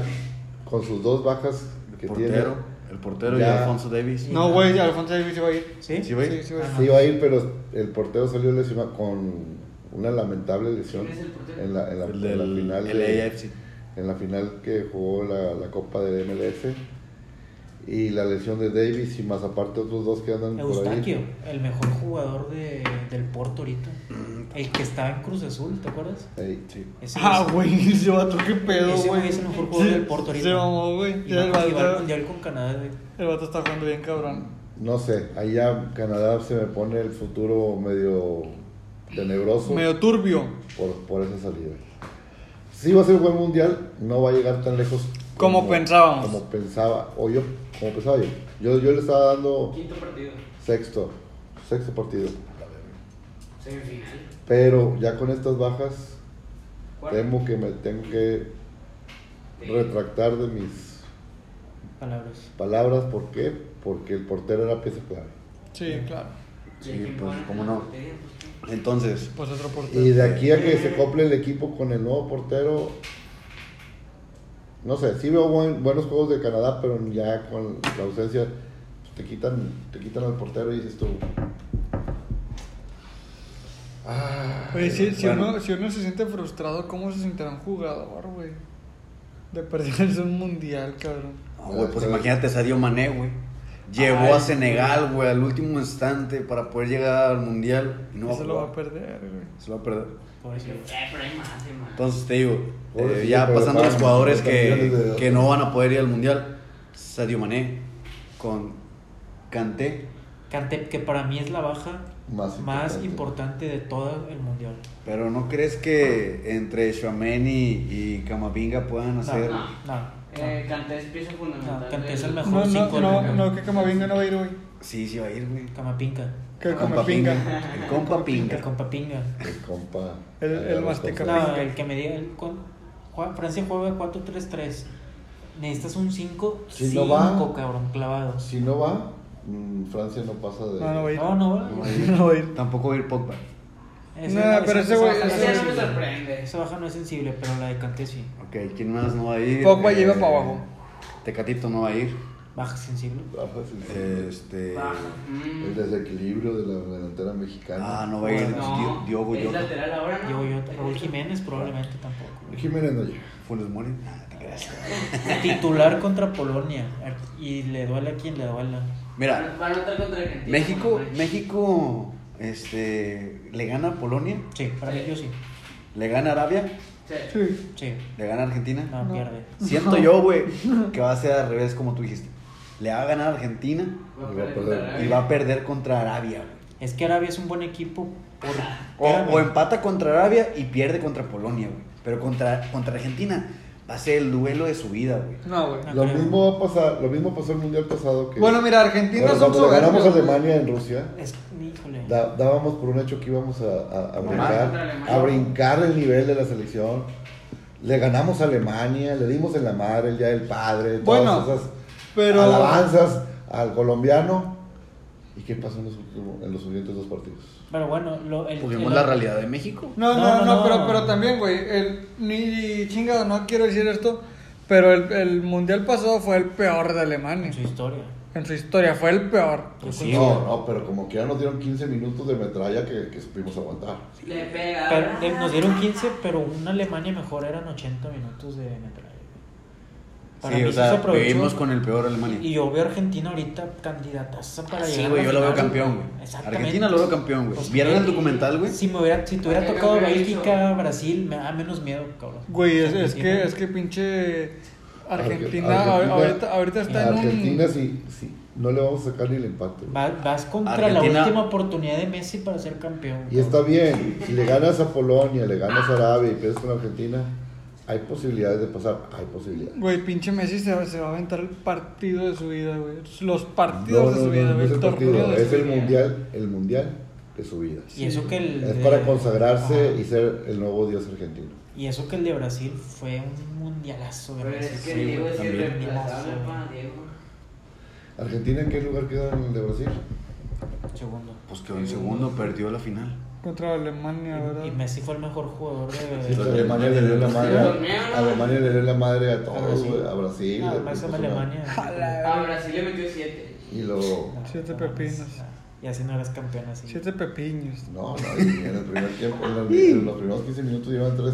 Speaker 2: con sus dos bajas que
Speaker 1: El portero. El portero y
Speaker 2: Ya.
Speaker 1: Alfonso Davis.
Speaker 4: No, güey, Alfonso Davis se va a ir.
Speaker 3: ¿Sí?
Speaker 1: Sí, güey.
Speaker 4: Sí, sí, güey.
Speaker 2: tiene, sí iba a ir, pero el portero salió lesionado con una lamentable lesión
Speaker 5: ¿Quién es el portero?
Speaker 2: en la, en la,
Speaker 1: El
Speaker 2: en la
Speaker 1: del
Speaker 2: final. de-
Speaker 1: LAFC.
Speaker 2: en la final que jugó la, la Copa de MLS y la lesión de Davis y más aparte otros dos que andan por
Speaker 3: Eustaquio,
Speaker 2: ahí.
Speaker 3: el mejor jugador de, del Porto ahorita. El que estaba en Cruz Azul, ¿te acuerdas?
Speaker 2: Ey,
Speaker 1: Sí.
Speaker 3: Ese
Speaker 4: Ah,
Speaker 3: es-
Speaker 4: güey, ese vato, qué pedo,
Speaker 3: Ese
Speaker 4: güey.
Speaker 3: güey es el mejor jugador
Speaker 4: Sí,
Speaker 3: del Porto ahorita.
Speaker 4: Se mamó, güey.
Speaker 3: Y
Speaker 4: El
Speaker 3: va, y va al
Speaker 4: vato-
Speaker 3: mundial con Canadá, güey.
Speaker 4: el vato está jugando bien, cabrón.
Speaker 2: No sé, allá Canadá se me pone el futuro medio tenebroso
Speaker 4: Medio turbio.
Speaker 2: por, por esa salida. Sí va a ser un buen mundial, no va a llegar tan lejos
Speaker 4: Como pensábamos.
Speaker 2: Como pensaba, o yo, como pensaba yo. Yo, yo le estaba dando
Speaker 5: Quinto partido.
Speaker 2: sexto, sexto partido.
Speaker 5: Semifinal.
Speaker 2: Pero ya con estas bajas,
Speaker 5: Cuarto.
Speaker 2: temo que me tengo que
Speaker 5: Sí.
Speaker 2: retractar de mis
Speaker 3: Palabras.
Speaker 2: palabras, ¿por qué? Porque el portero era pieza clave.
Speaker 4: Sí, claro.
Speaker 5: ¿Y
Speaker 1: Sí,
Speaker 5: a quién
Speaker 1: pues,
Speaker 5: ponen?
Speaker 1: cómo no.
Speaker 5: Portería, pues, ¿quién?
Speaker 1: Entonces,
Speaker 4: Pues otro portero.
Speaker 2: Y de aquí a que se cople el equipo con el nuevo portero, no sé, sí veo buen- buenos juegos de Canadá, pero ya con la ausencia pues, te quitan te quitan al portero y dices tú. Ah,
Speaker 4: Oye, si, si
Speaker 1: Bueno.
Speaker 4: uno, si uno se siente frustrado, ¿cómo se sentirá un jugador, güey? De perderse un mundial, cabrón.
Speaker 1: no, güey, pues imagínate a Sadio Mané, güey. Llevó
Speaker 3: Ay,
Speaker 1: a Senegal, güey, al último instante para poder llegar al mundial. Y no va a
Speaker 4: se lo va a
Speaker 1: jugar.
Speaker 4: perder, güey.
Speaker 1: Se lo va a perder.
Speaker 3: Pobrecito.
Speaker 5: Eh, pero hay más, hay más.
Speaker 1: Entonces te digo,
Speaker 2: Pobrecillo,
Speaker 1: eh, ya
Speaker 2: pero
Speaker 1: pasando
Speaker 2: pagan
Speaker 1: los jugadores
Speaker 2: 50 millones
Speaker 1: que,
Speaker 2: de
Speaker 1: que no van a poder ir al mundial, Sadio Mané con Kanté,
Speaker 3: Kanté, que para mí es la baja
Speaker 2: Más
Speaker 3: más,
Speaker 2: importante.
Speaker 3: importante de todo el mundial.
Speaker 1: pero ¿no crees que entre Chouameni y Camavinga puedan hacer?
Speaker 3: No, no, no.
Speaker 5: Eh, Kanté es pieza fundamental.
Speaker 3: No, Kanté es
Speaker 5: del-
Speaker 3: el mejor.
Speaker 4: No, no,
Speaker 3: cinco,
Speaker 4: no,
Speaker 3: güey.
Speaker 4: no, que Camavinga no va a ir, güey.
Speaker 1: Sí, sí va a ir, güey.
Speaker 3: Camapinca.
Speaker 4: Que
Speaker 1: Compa
Speaker 4: come pinga.
Speaker 1: Pinga. El compa
Speaker 3: El
Speaker 1: pinga.
Speaker 3: compapinga.
Speaker 2: el compa.
Speaker 4: El- el
Speaker 2: Alonso
Speaker 4: mastica.
Speaker 2: González.
Speaker 3: No, el que me diga. El, con, Juan- Francia juega 4-3-3. Necesitas un 5.
Speaker 2: Si
Speaker 3: 5,
Speaker 2: no va-
Speaker 3: cabrón, clavado.
Speaker 2: Si no va, mm, Francia no pasa de.
Speaker 4: No, no va a ir.
Speaker 3: No, no va.
Speaker 2: No va a ir.
Speaker 4: No va a ir.
Speaker 1: Tampoco va a ir Pogba.
Speaker 3: Esa-
Speaker 4: Nah,
Speaker 3: esa-
Speaker 4: pero ese
Speaker 3: esa
Speaker 4: güey-
Speaker 3: baja no
Speaker 5: Ese
Speaker 3: es
Speaker 5: no me
Speaker 3: sensible.
Speaker 5: sorprende.
Speaker 3: Esa baja no es sensible, pero la de Kanté sí.
Speaker 1: Ok, ¿quién más no va a ir? Eh,
Speaker 4: Pogba lleva para abajo.
Speaker 1: Tecatito no va a ir.
Speaker 3: Baja sensible.
Speaker 2: Baja, sí, sí.
Speaker 1: Este.
Speaker 5: Baja. Mm.
Speaker 2: El desequilibrio de la delantera mexicana.
Speaker 1: Ah, no va a ir
Speaker 5: No,
Speaker 1: Di- Diogo
Speaker 5: es
Speaker 1: Jota.
Speaker 5: lateral ahora, ¿no?
Speaker 3: Digo yo, Raúl Jiménez probablemente tampoco.
Speaker 2: Jiménez no llega.
Speaker 1: Funes Mori. Ah, te creas.
Speaker 3: Titular contra Polonia. Y le duele a quien le duela.
Speaker 1: Mira,
Speaker 5: Van a anotar contra Argentina.
Speaker 1: México,
Speaker 5: compadre.
Speaker 1: México, este, le gana a Polonia,
Speaker 3: Sí, para mí yo sí.
Speaker 1: le gana a Arabia,
Speaker 5: Sí.
Speaker 4: Sí.
Speaker 3: Sí,
Speaker 1: le gana a Argentina.
Speaker 4: Ah.
Speaker 3: no, pierde.
Speaker 1: Siento yo, güey, que va a ser al revés como tú dijiste. Le va a ganar a Argentina
Speaker 5: Va a
Speaker 2: Y
Speaker 5: perder
Speaker 2: va a perder.
Speaker 5: contra
Speaker 1: y
Speaker 5: Arabia.
Speaker 1: va a perder contra Arabia. güey.
Speaker 3: Es que Arabia es un buen equipo. Por...
Speaker 1: O,
Speaker 3: Espérame.
Speaker 1: oh. o empata contra Arabia y pierde contra Polonia, güey. Pero contra, contra Argentina va a ser el duelo de su vida, güey.
Speaker 4: No, güey.
Speaker 2: Lo
Speaker 3: creo.
Speaker 2: mismo va a pasar, lo mismo pasó el mundial pasado que
Speaker 4: Bueno, mira, Argentina
Speaker 2: Bueno,
Speaker 4: son
Speaker 2: cuando le ganamos a
Speaker 4: soberbios, güey.
Speaker 2: Alemania en Rusia,
Speaker 3: Es, híjole.
Speaker 2: da- dábamos por un hecho que íbamos a, a- a
Speaker 5: contra
Speaker 2: brincar,
Speaker 5: Alemania.
Speaker 2: a brincar el nivel de la selección. Le ganamos a Alemania, le dimos en la madre el día del padre, todas
Speaker 4: Bueno,
Speaker 2: esas
Speaker 4: Pero.
Speaker 2: alabanzas al colombiano. ¿Y qué pasó en los, últimos- en los siguientes dos partidos?
Speaker 3: Pero bueno, lo, el,
Speaker 1: Porque
Speaker 3: el-
Speaker 1: vemos la realidad de México.
Speaker 4: No, no,
Speaker 3: No,
Speaker 4: no,
Speaker 3: no, no.
Speaker 4: Pero, pero también, güey, el, ni chinga, no quiero decir esto, pero el, el mundial pasado fue el peor de Alemania.
Speaker 3: en su historia.
Speaker 4: En su historia fue el peor.
Speaker 3: Yo
Speaker 1: sí, oh.
Speaker 3: creo-
Speaker 2: no, no, pero como quiera nos dieron 15 minutos de metralla que, que supimos aguantar.
Speaker 5: Le pega.
Speaker 3: pero- de- nos dieron 15, pero una Alemania mejor eran 80 minutos de metralla. Para
Speaker 1: Sí,
Speaker 3: mí
Speaker 1: o
Speaker 3: sí
Speaker 1: sea,
Speaker 3: se aprovechó.
Speaker 1: vivimos con el peor Alemania.
Speaker 3: Y yo veo a Argentina ahorita candidataza para llegar.
Speaker 1: Sí,
Speaker 3: a
Speaker 1: güey, yo lo veo
Speaker 3: final.
Speaker 1: campeón, güey.
Speaker 3: Exactamente.
Speaker 1: Argentina lo veo campeón, güey.
Speaker 3: Pues,
Speaker 1: ¿Vieron
Speaker 3: eh,
Speaker 1: el documental, güey?
Speaker 3: Si me hubiera, si te hubiera
Speaker 5: Ay,
Speaker 3: tocado
Speaker 5: me hubiera
Speaker 3: Bélgica, Brasil, me da menos miedo, cabrón.
Speaker 4: Güey, es, es
Speaker 3: Argentina.
Speaker 4: que, es que pinche Argentina,
Speaker 2: Argentina-
Speaker 4: ahor- ahorita, ahorita está en
Speaker 2: Argentina
Speaker 4: un...
Speaker 2: sí, sí, no le vamos a sacar ni el empate. güey.
Speaker 3: Va- vas contra
Speaker 1: Argentina-
Speaker 3: la última oportunidad de Messi para ser campeón.
Speaker 2: Y está bien, si le ganas a Polonia, le ganas a Arabia y pierdes con Argentina, hay posibilidades de pasar, hay posibilidades.
Speaker 4: Güey, pinche Messi se, va- se va a aventar el partido de su vida, güey. Los
Speaker 2: No,
Speaker 4: partidos
Speaker 2: no,
Speaker 4: de
Speaker 2: no,
Speaker 4: su vida,
Speaker 2: no
Speaker 4: güey.
Speaker 2: es
Speaker 4: El
Speaker 2: el
Speaker 4: torneo
Speaker 2: partido,
Speaker 4: de
Speaker 2: es
Speaker 4: su
Speaker 2: el
Speaker 4: vida.
Speaker 2: mundial, el mundial de su vida.
Speaker 3: Y eso que el
Speaker 2: Es
Speaker 3: de-
Speaker 2: para consagrarse
Speaker 3: Ajá.
Speaker 2: y ser el nuevo dios argentino.
Speaker 3: Y eso que el de Brasil fue un mundialazo. de
Speaker 5: Pero es
Speaker 3: Messi.
Speaker 5: que
Speaker 1: Sí,
Speaker 5: Diego
Speaker 1: güey,
Speaker 5: es
Speaker 1: también.
Speaker 5: irreemplazable, pa, Diego.
Speaker 2: ¿Argentina en qué lugar queda en el de Brasil?
Speaker 3: Eh, Segundo.
Speaker 1: Pues quedó en segundo, perdió la final.
Speaker 4: Contra Alemania, ¿verdad?
Speaker 3: Y, y Messi fue el mejor jugador
Speaker 2: Sí,
Speaker 1: Los
Speaker 3: de.
Speaker 2: Alemania le dio la madre, a- Alemania le dio la madre a
Speaker 3: A
Speaker 2: todos,
Speaker 3: Brasil.
Speaker 2: güey, a Brasil.
Speaker 3: Nada
Speaker 2: le
Speaker 3: más en
Speaker 2: puso una-
Speaker 3: Alemania.
Speaker 5: A Brasil le metió 7.
Speaker 2: Y luego,
Speaker 3: No,
Speaker 4: Siete
Speaker 3: no,
Speaker 4: pepinos.
Speaker 3: no. Y así no eres campeón así.
Speaker 4: Siete pepiños.
Speaker 2: no, no, y en el primer tiempo, en el- en los primeros 15 minutos llevan 3-0.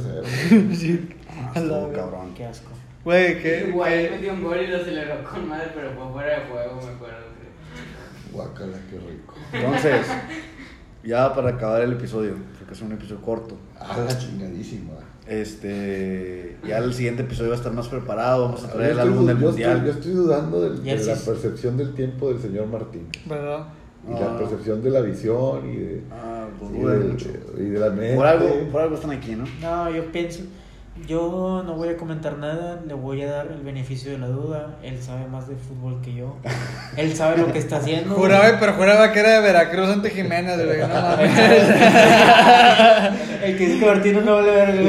Speaker 1: Ah,
Speaker 4: A la
Speaker 1: estuvo
Speaker 4: verga.
Speaker 1: cabrón.
Speaker 3: Qué asco.
Speaker 4: Güey, que...
Speaker 5: Igual
Speaker 4: que-
Speaker 5: metió un gol y lo celebró con madre, pero fue fuera de juego, me acuerdo. creo.
Speaker 2: Guácala, qué rico.
Speaker 1: Entonces, ya para acabar el episodio, porque es un episodio corto.
Speaker 2: A la chingadísima.
Speaker 1: Este, ya el siguiente episodio va a estar más preparado, vamos a
Speaker 2: Yo
Speaker 1: traer el
Speaker 2: estoy
Speaker 1: álbum
Speaker 2: du-
Speaker 1: del
Speaker 2: yo
Speaker 1: mundial.
Speaker 2: Estoy, yo estoy dudando del-
Speaker 3: Ya
Speaker 2: de la
Speaker 3: sí.
Speaker 2: percepción del tiempo del señor Martín.
Speaker 4: ¿Verdad?
Speaker 2: Y
Speaker 1: Ah.
Speaker 2: la percepción de la visión y de,
Speaker 1: Ah, pues,
Speaker 2: y
Speaker 1: dude
Speaker 2: de-
Speaker 1: mucho.
Speaker 2: y de la mente.
Speaker 1: Por
Speaker 3: Este.
Speaker 1: algo, por algo están aquí, ¿no?
Speaker 3: No, yo pienso. Yo no voy a comentar nada, le voy a dar el beneficio de la duda. Él sabe más de fútbol que yo. Él sabe lo que está haciendo.
Speaker 4: Juraba, pero juraba que era de Veracruz ante Jiménez, güey. No mames.
Speaker 3: El que dice que Martín no vale verga.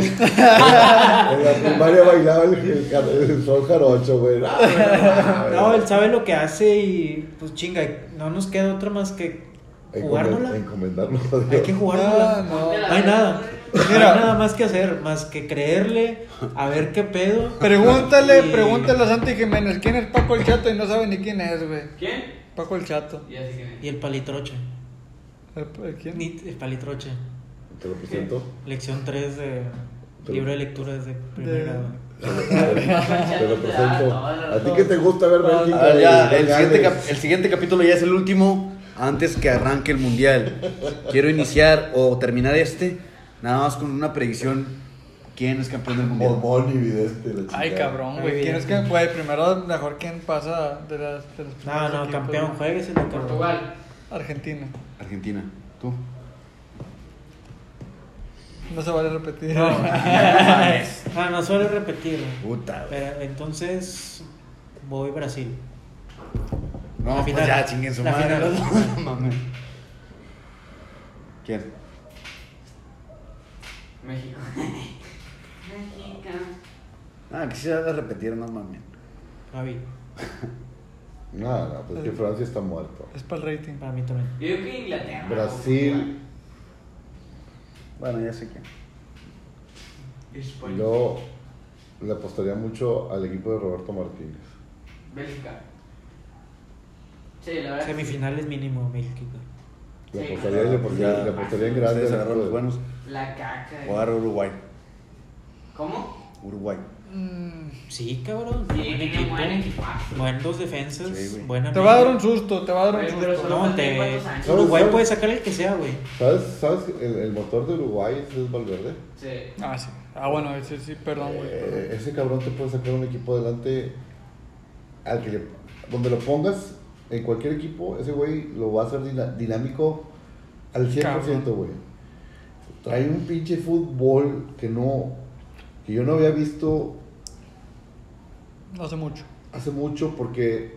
Speaker 2: En la primaria bailaba el, el, jar- el sol jarocho, güey. Ah, güey,
Speaker 3: No, él sabe lo que hace y pues chinga, no nos queda otra más que
Speaker 2: Encomen-
Speaker 3: jugárnosla.
Speaker 2: Encomendarnos a Dios.
Speaker 3: Hay que jugárnosla.
Speaker 4: No, Ah, no.
Speaker 3: No hay nada. No hay
Speaker 4: Mira.
Speaker 3: nada más que hacer, más que creerle, a ver qué pedo.
Speaker 4: Pregúntale,
Speaker 3: Y-
Speaker 4: pregúntale a Santi Jiménez quién es Paco el Chato y no sabe ni quién es, güey.
Speaker 5: ¿Quién?
Speaker 4: Paco el Chato.
Speaker 5: Ya sé quién
Speaker 3: Y el palitroche.
Speaker 4: ¿El, el quién?
Speaker 3: Ni- El palitroche.
Speaker 2: Te lo presento.
Speaker 3: Lección 3 de libro de lecturas de primer
Speaker 4: De-
Speaker 3: grado.
Speaker 2: Te lo presento. A ti que te gusta ver Bélgica.
Speaker 1: A ver, ya,
Speaker 2: y
Speaker 1: el siguiente,
Speaker 2: Gales.
Speaker 1: cap- el siguiente capítulo ya es el último antes que arranque el mundial. Quiero iniciar o terminar este nada más con una predicción. ¿Quién es campeón del mundial?
Speaker 2: Mormón y vidente. la
Speaker 4: Ay,
Speaker 2: chingada.
Speaker 4: cabrón,
Speaker 3: Ay,
Speaker 4: güey. ¿Quién
Speaker 3: bien.
Speaker 4: es que güey, primero mejor quién pasa de las de los
Speaker 3: No,
Speaker 4: primeros
Speaker 3: no,
Speaker 4: equipos,
Speaker 3: campeón,
Speaker 4: güey?
Speaker 3: juegues en el
Speaker 5: Portugal.
Speaker 4: Argentina.
Speaker 1: Argentina. ¿Tú?
Speaker 4: No se vale repetir.
Speaker 3: No, no, no suelo repetir.
Speaker 1: Puta. güey.
Speaker 3: Pero entonces voy Brasil.
Speaker 1: No,
Speaker 3: la
Speaker 1: pues
Speaker 3: final.
Speaker 1: ya, chinguen su
Speaker 3: La
Speaker 1: madre.
Speaker 3: final.
Speaker 1: No mames. ¿Quién?
Speaker 5: México. México.
Speaker 1: Ah, quisiera repetir, no mames.
Speaker 3: Javi,
Speaker 2: No, no, pues que Francia está muerto.
Speaker 4: Es para el rating.
Speaker 3: para mí también.
Speaker 5: Yo digo que Inglaterra.
Speaker 2: Brasil.
Speaker 1: Bueno, ya sé quién.
Speaker 5: España.
Speaker 2: Yo le apostaría mucho al equipo de Roberto Martínez.
Speaker 5: Bélgica. Sí, la verdad.
Speaker 3: Semifinales mínimo, México.
Speaker 2: Le
Speaker 5: Sí.
Speaker 2: apostaría, le apostaría, le apostaría en grande. pues.
Speaker 1: Ustedes
Speaker 2: al
Speaker 1: agarraron
Speaker 2: equipo
Speaker 1: los buenos.
Speaker 5: La caca.
Speaker 1: Voy a agarrar Uruguay.
Speaker 5: ¿Cómo?
Speaker 1: Uruguay.
Speaker 4: Mm,
Speaker 3: Sí, cabrón.
Speaker 5: Sí,
Speaker 3: buen
Speaker 5: tiene
Speaker 3: equipo.
Speaker 5: buen equipazo.
Speaker 3: Buen dos defensas.
Speaker 1: Sí, güey.
Speaker 3: buena
Speaker 4: Te va a dar un
Speaker 3: media.
Speaker 4: susto, te va a dar un
Speaker 5: Oye, pero
Speaker 4: susto.
Speaker 5: solo
Speaker 3: No,
Speaker 5: faltan
Speaker 3: te-
Speaker 5: cuántos años.
Speaker 2: Solo-
Speaker 3: Uruguay
Speaker 2: solo-
Speaker 3: puede sacar el que sea, güey.
Speaker 2: ¿Sabes, sabes que el, el motor de Uruguay es, es Valverde?
Speaker 5: Sí.
Speaker 4: Ah, sí. Ah, bueno, ese sí, perdón, güey.
Speaker 2: Eh, ese cabrón te puede sacar un equipo adelante al que le- donde lo pongas, en cualquier equipo, ese güey lo va a hacer dina- dinámico al 100%, güey. Trae un pinche fútbol que no, que yo no había visto
Speaker 4: hace mucho.
Speaker 2: hace mucho porque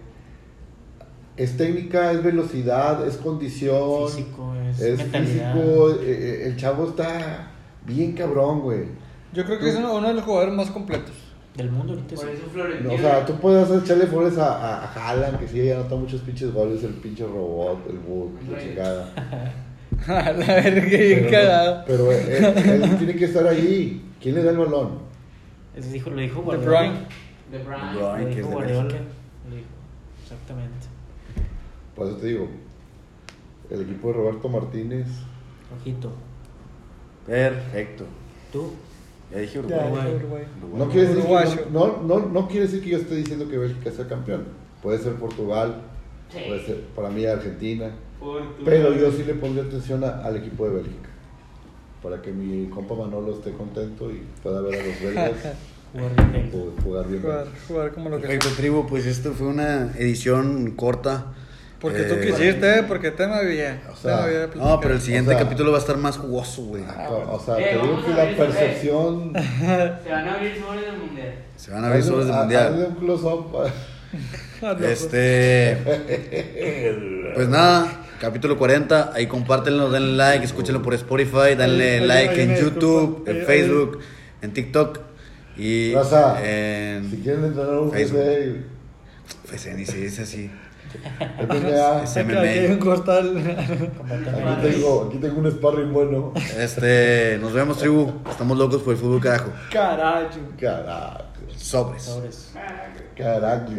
Speaker 2: es técnica, es velocidad, es condición,
Speaker 3: Físico, es,
Speaker 2: es
Speaker 3: mentalidad.
Speaker 2: físico. eh, eh, El chavo está bien cabrón, güey.
Speaker 4: Yo creo que es uno, uno de los jugadores más completos.
Speaker 3: Del mundo ahorita
Speaker 5: Por
Speaker 3: sí.
Speaker 5: eso
Speaker 2: No,
Speaker 5: Florentino.
Speaker 2: o sea, tú puedes echarle flores a, a, a Haaland, que sí, ya anota muchos pinches goles, el pinche robot, el bug, la
Speaker 5: Right.
Speaker 2: chingada.
Speaker 4: A la verga, bien
Speaker 2: Pero,
Speaker 4: cagado.
Speaker 2: pero él, él tiene que estar ahí. ¿Quién le da el balón?
Speaker 3: Eso dijo, lo dijo
Speaker 4: De
Speaker 3: Guardiola.
Speaker 4: Bruyne.
Speaker 5: De Brian.
Speaker 1: Bro. Bruyne,
Speaker 3: Lo
Speaker 1: que
Speaker 3: dijo
Speaker 1: es de
Speaker 3: Guardiola.
Speaker 1: México.
Speaker 3: Lo dijo. Exactamente.
Speaker 2: Por eso te digo, el equipo de Roberto Martínez.
Speaker 3: Ojito.
Speaker 1: Perfecto.
Speaker 3: ¿Tú?
Speaker 1: Ya dije
Speaker 4: Ya,
Speaker 1: Uruguay.
Speaker 3: Uruguay.
Speaker 4: Uruguay.
Speaker 1: Uruguay.
Speaker 2: No quiere, decir
Speaker 4: Uruguayo.
Speaker 2: que, no, no, no quiere decir que yo esté diciendo que Bélgica sea campeón. Puede ser Portugal,
Speaker 5: Sí.
Speaker 2: puede ser para mí Argentina.
Speaker 5: Por tu-
Speaker 2: Pero yo sí le pondré atención a- al equipo de Bélgica. Para que mi compa Manolo esté contento y pueda ver a los belgas
Speaker 3: Jugador de México.
Speaker 2: ju- jugar bien.
Speaker 4: Jugar, jugar como lo que
Speaker 1: Perfecto, tribu. Pues esto fue una edición corta.
Speaker 4: Porque tú
Speaker 1: Eh,
Speaker 4: quisiste, ¿eh? porque tema bien.
Speaker 2: O sea,
Speaker 1: No, pero el siguiente
Speaker 2: O sea-
Speaker 1: capítulo va a estar más jugoso, güey.
Speaker 2: Ah, O sea,
Speaker 5: Eh,
Speaker 2: te digo
Speaker 5: vamos
Speaker 2: que
Speaker 5: a
Speaker 2: la
Speaker 5: ver,
Speaker 2: percepción.
Speaker 5: Se van a abrir sobres del mundial.
Speaker 1: Se van a ver sobres del
Speaker 2: Hazle- hazle
Speaker 1: mundial.
Speaker 2: un close-up. ah,
Speaker 4: Ah,
Speaker 1: Este. Pues nada, capítulo 40. Ahí compártenlo, denle like, escúchenlo por Spotify,
Speaker 4: Ahí-
Speaker 1: denle
Speaker 4: ahí- ahí
Speaker 1: like en
Speaker 4: me
Speaker 1: YouTube,
Speaker 4: disculpan. Ahí-
Speaker 1: en
Speaker 4: ahí-
Speaker 1: Facebook, en TikTok y
Speaker 2: Raza, Si
Speaker 1: en.
Speaker 2: quieren entrenar un
Speaker 1: Mm. Facebook.
Speaker 2: UFC,
Speaker 1: Pues ni se dice así.
Speaker 2: MMA,
Speaker 1: Es-
Speaker 4: Saca aquí hay un costal.
Speaker 2: aquí tengo, aquí tengo un sparring bueno.
Speaker 1: Este. Nos vemos, tribu. Estamos locos por el fútbol, carajo.
Speaker 4: Carajo.
Speaker 2: Carajo,
Speaker 1: Sobres.
Speaker 3: Sobres.
Speaker 2: carajo.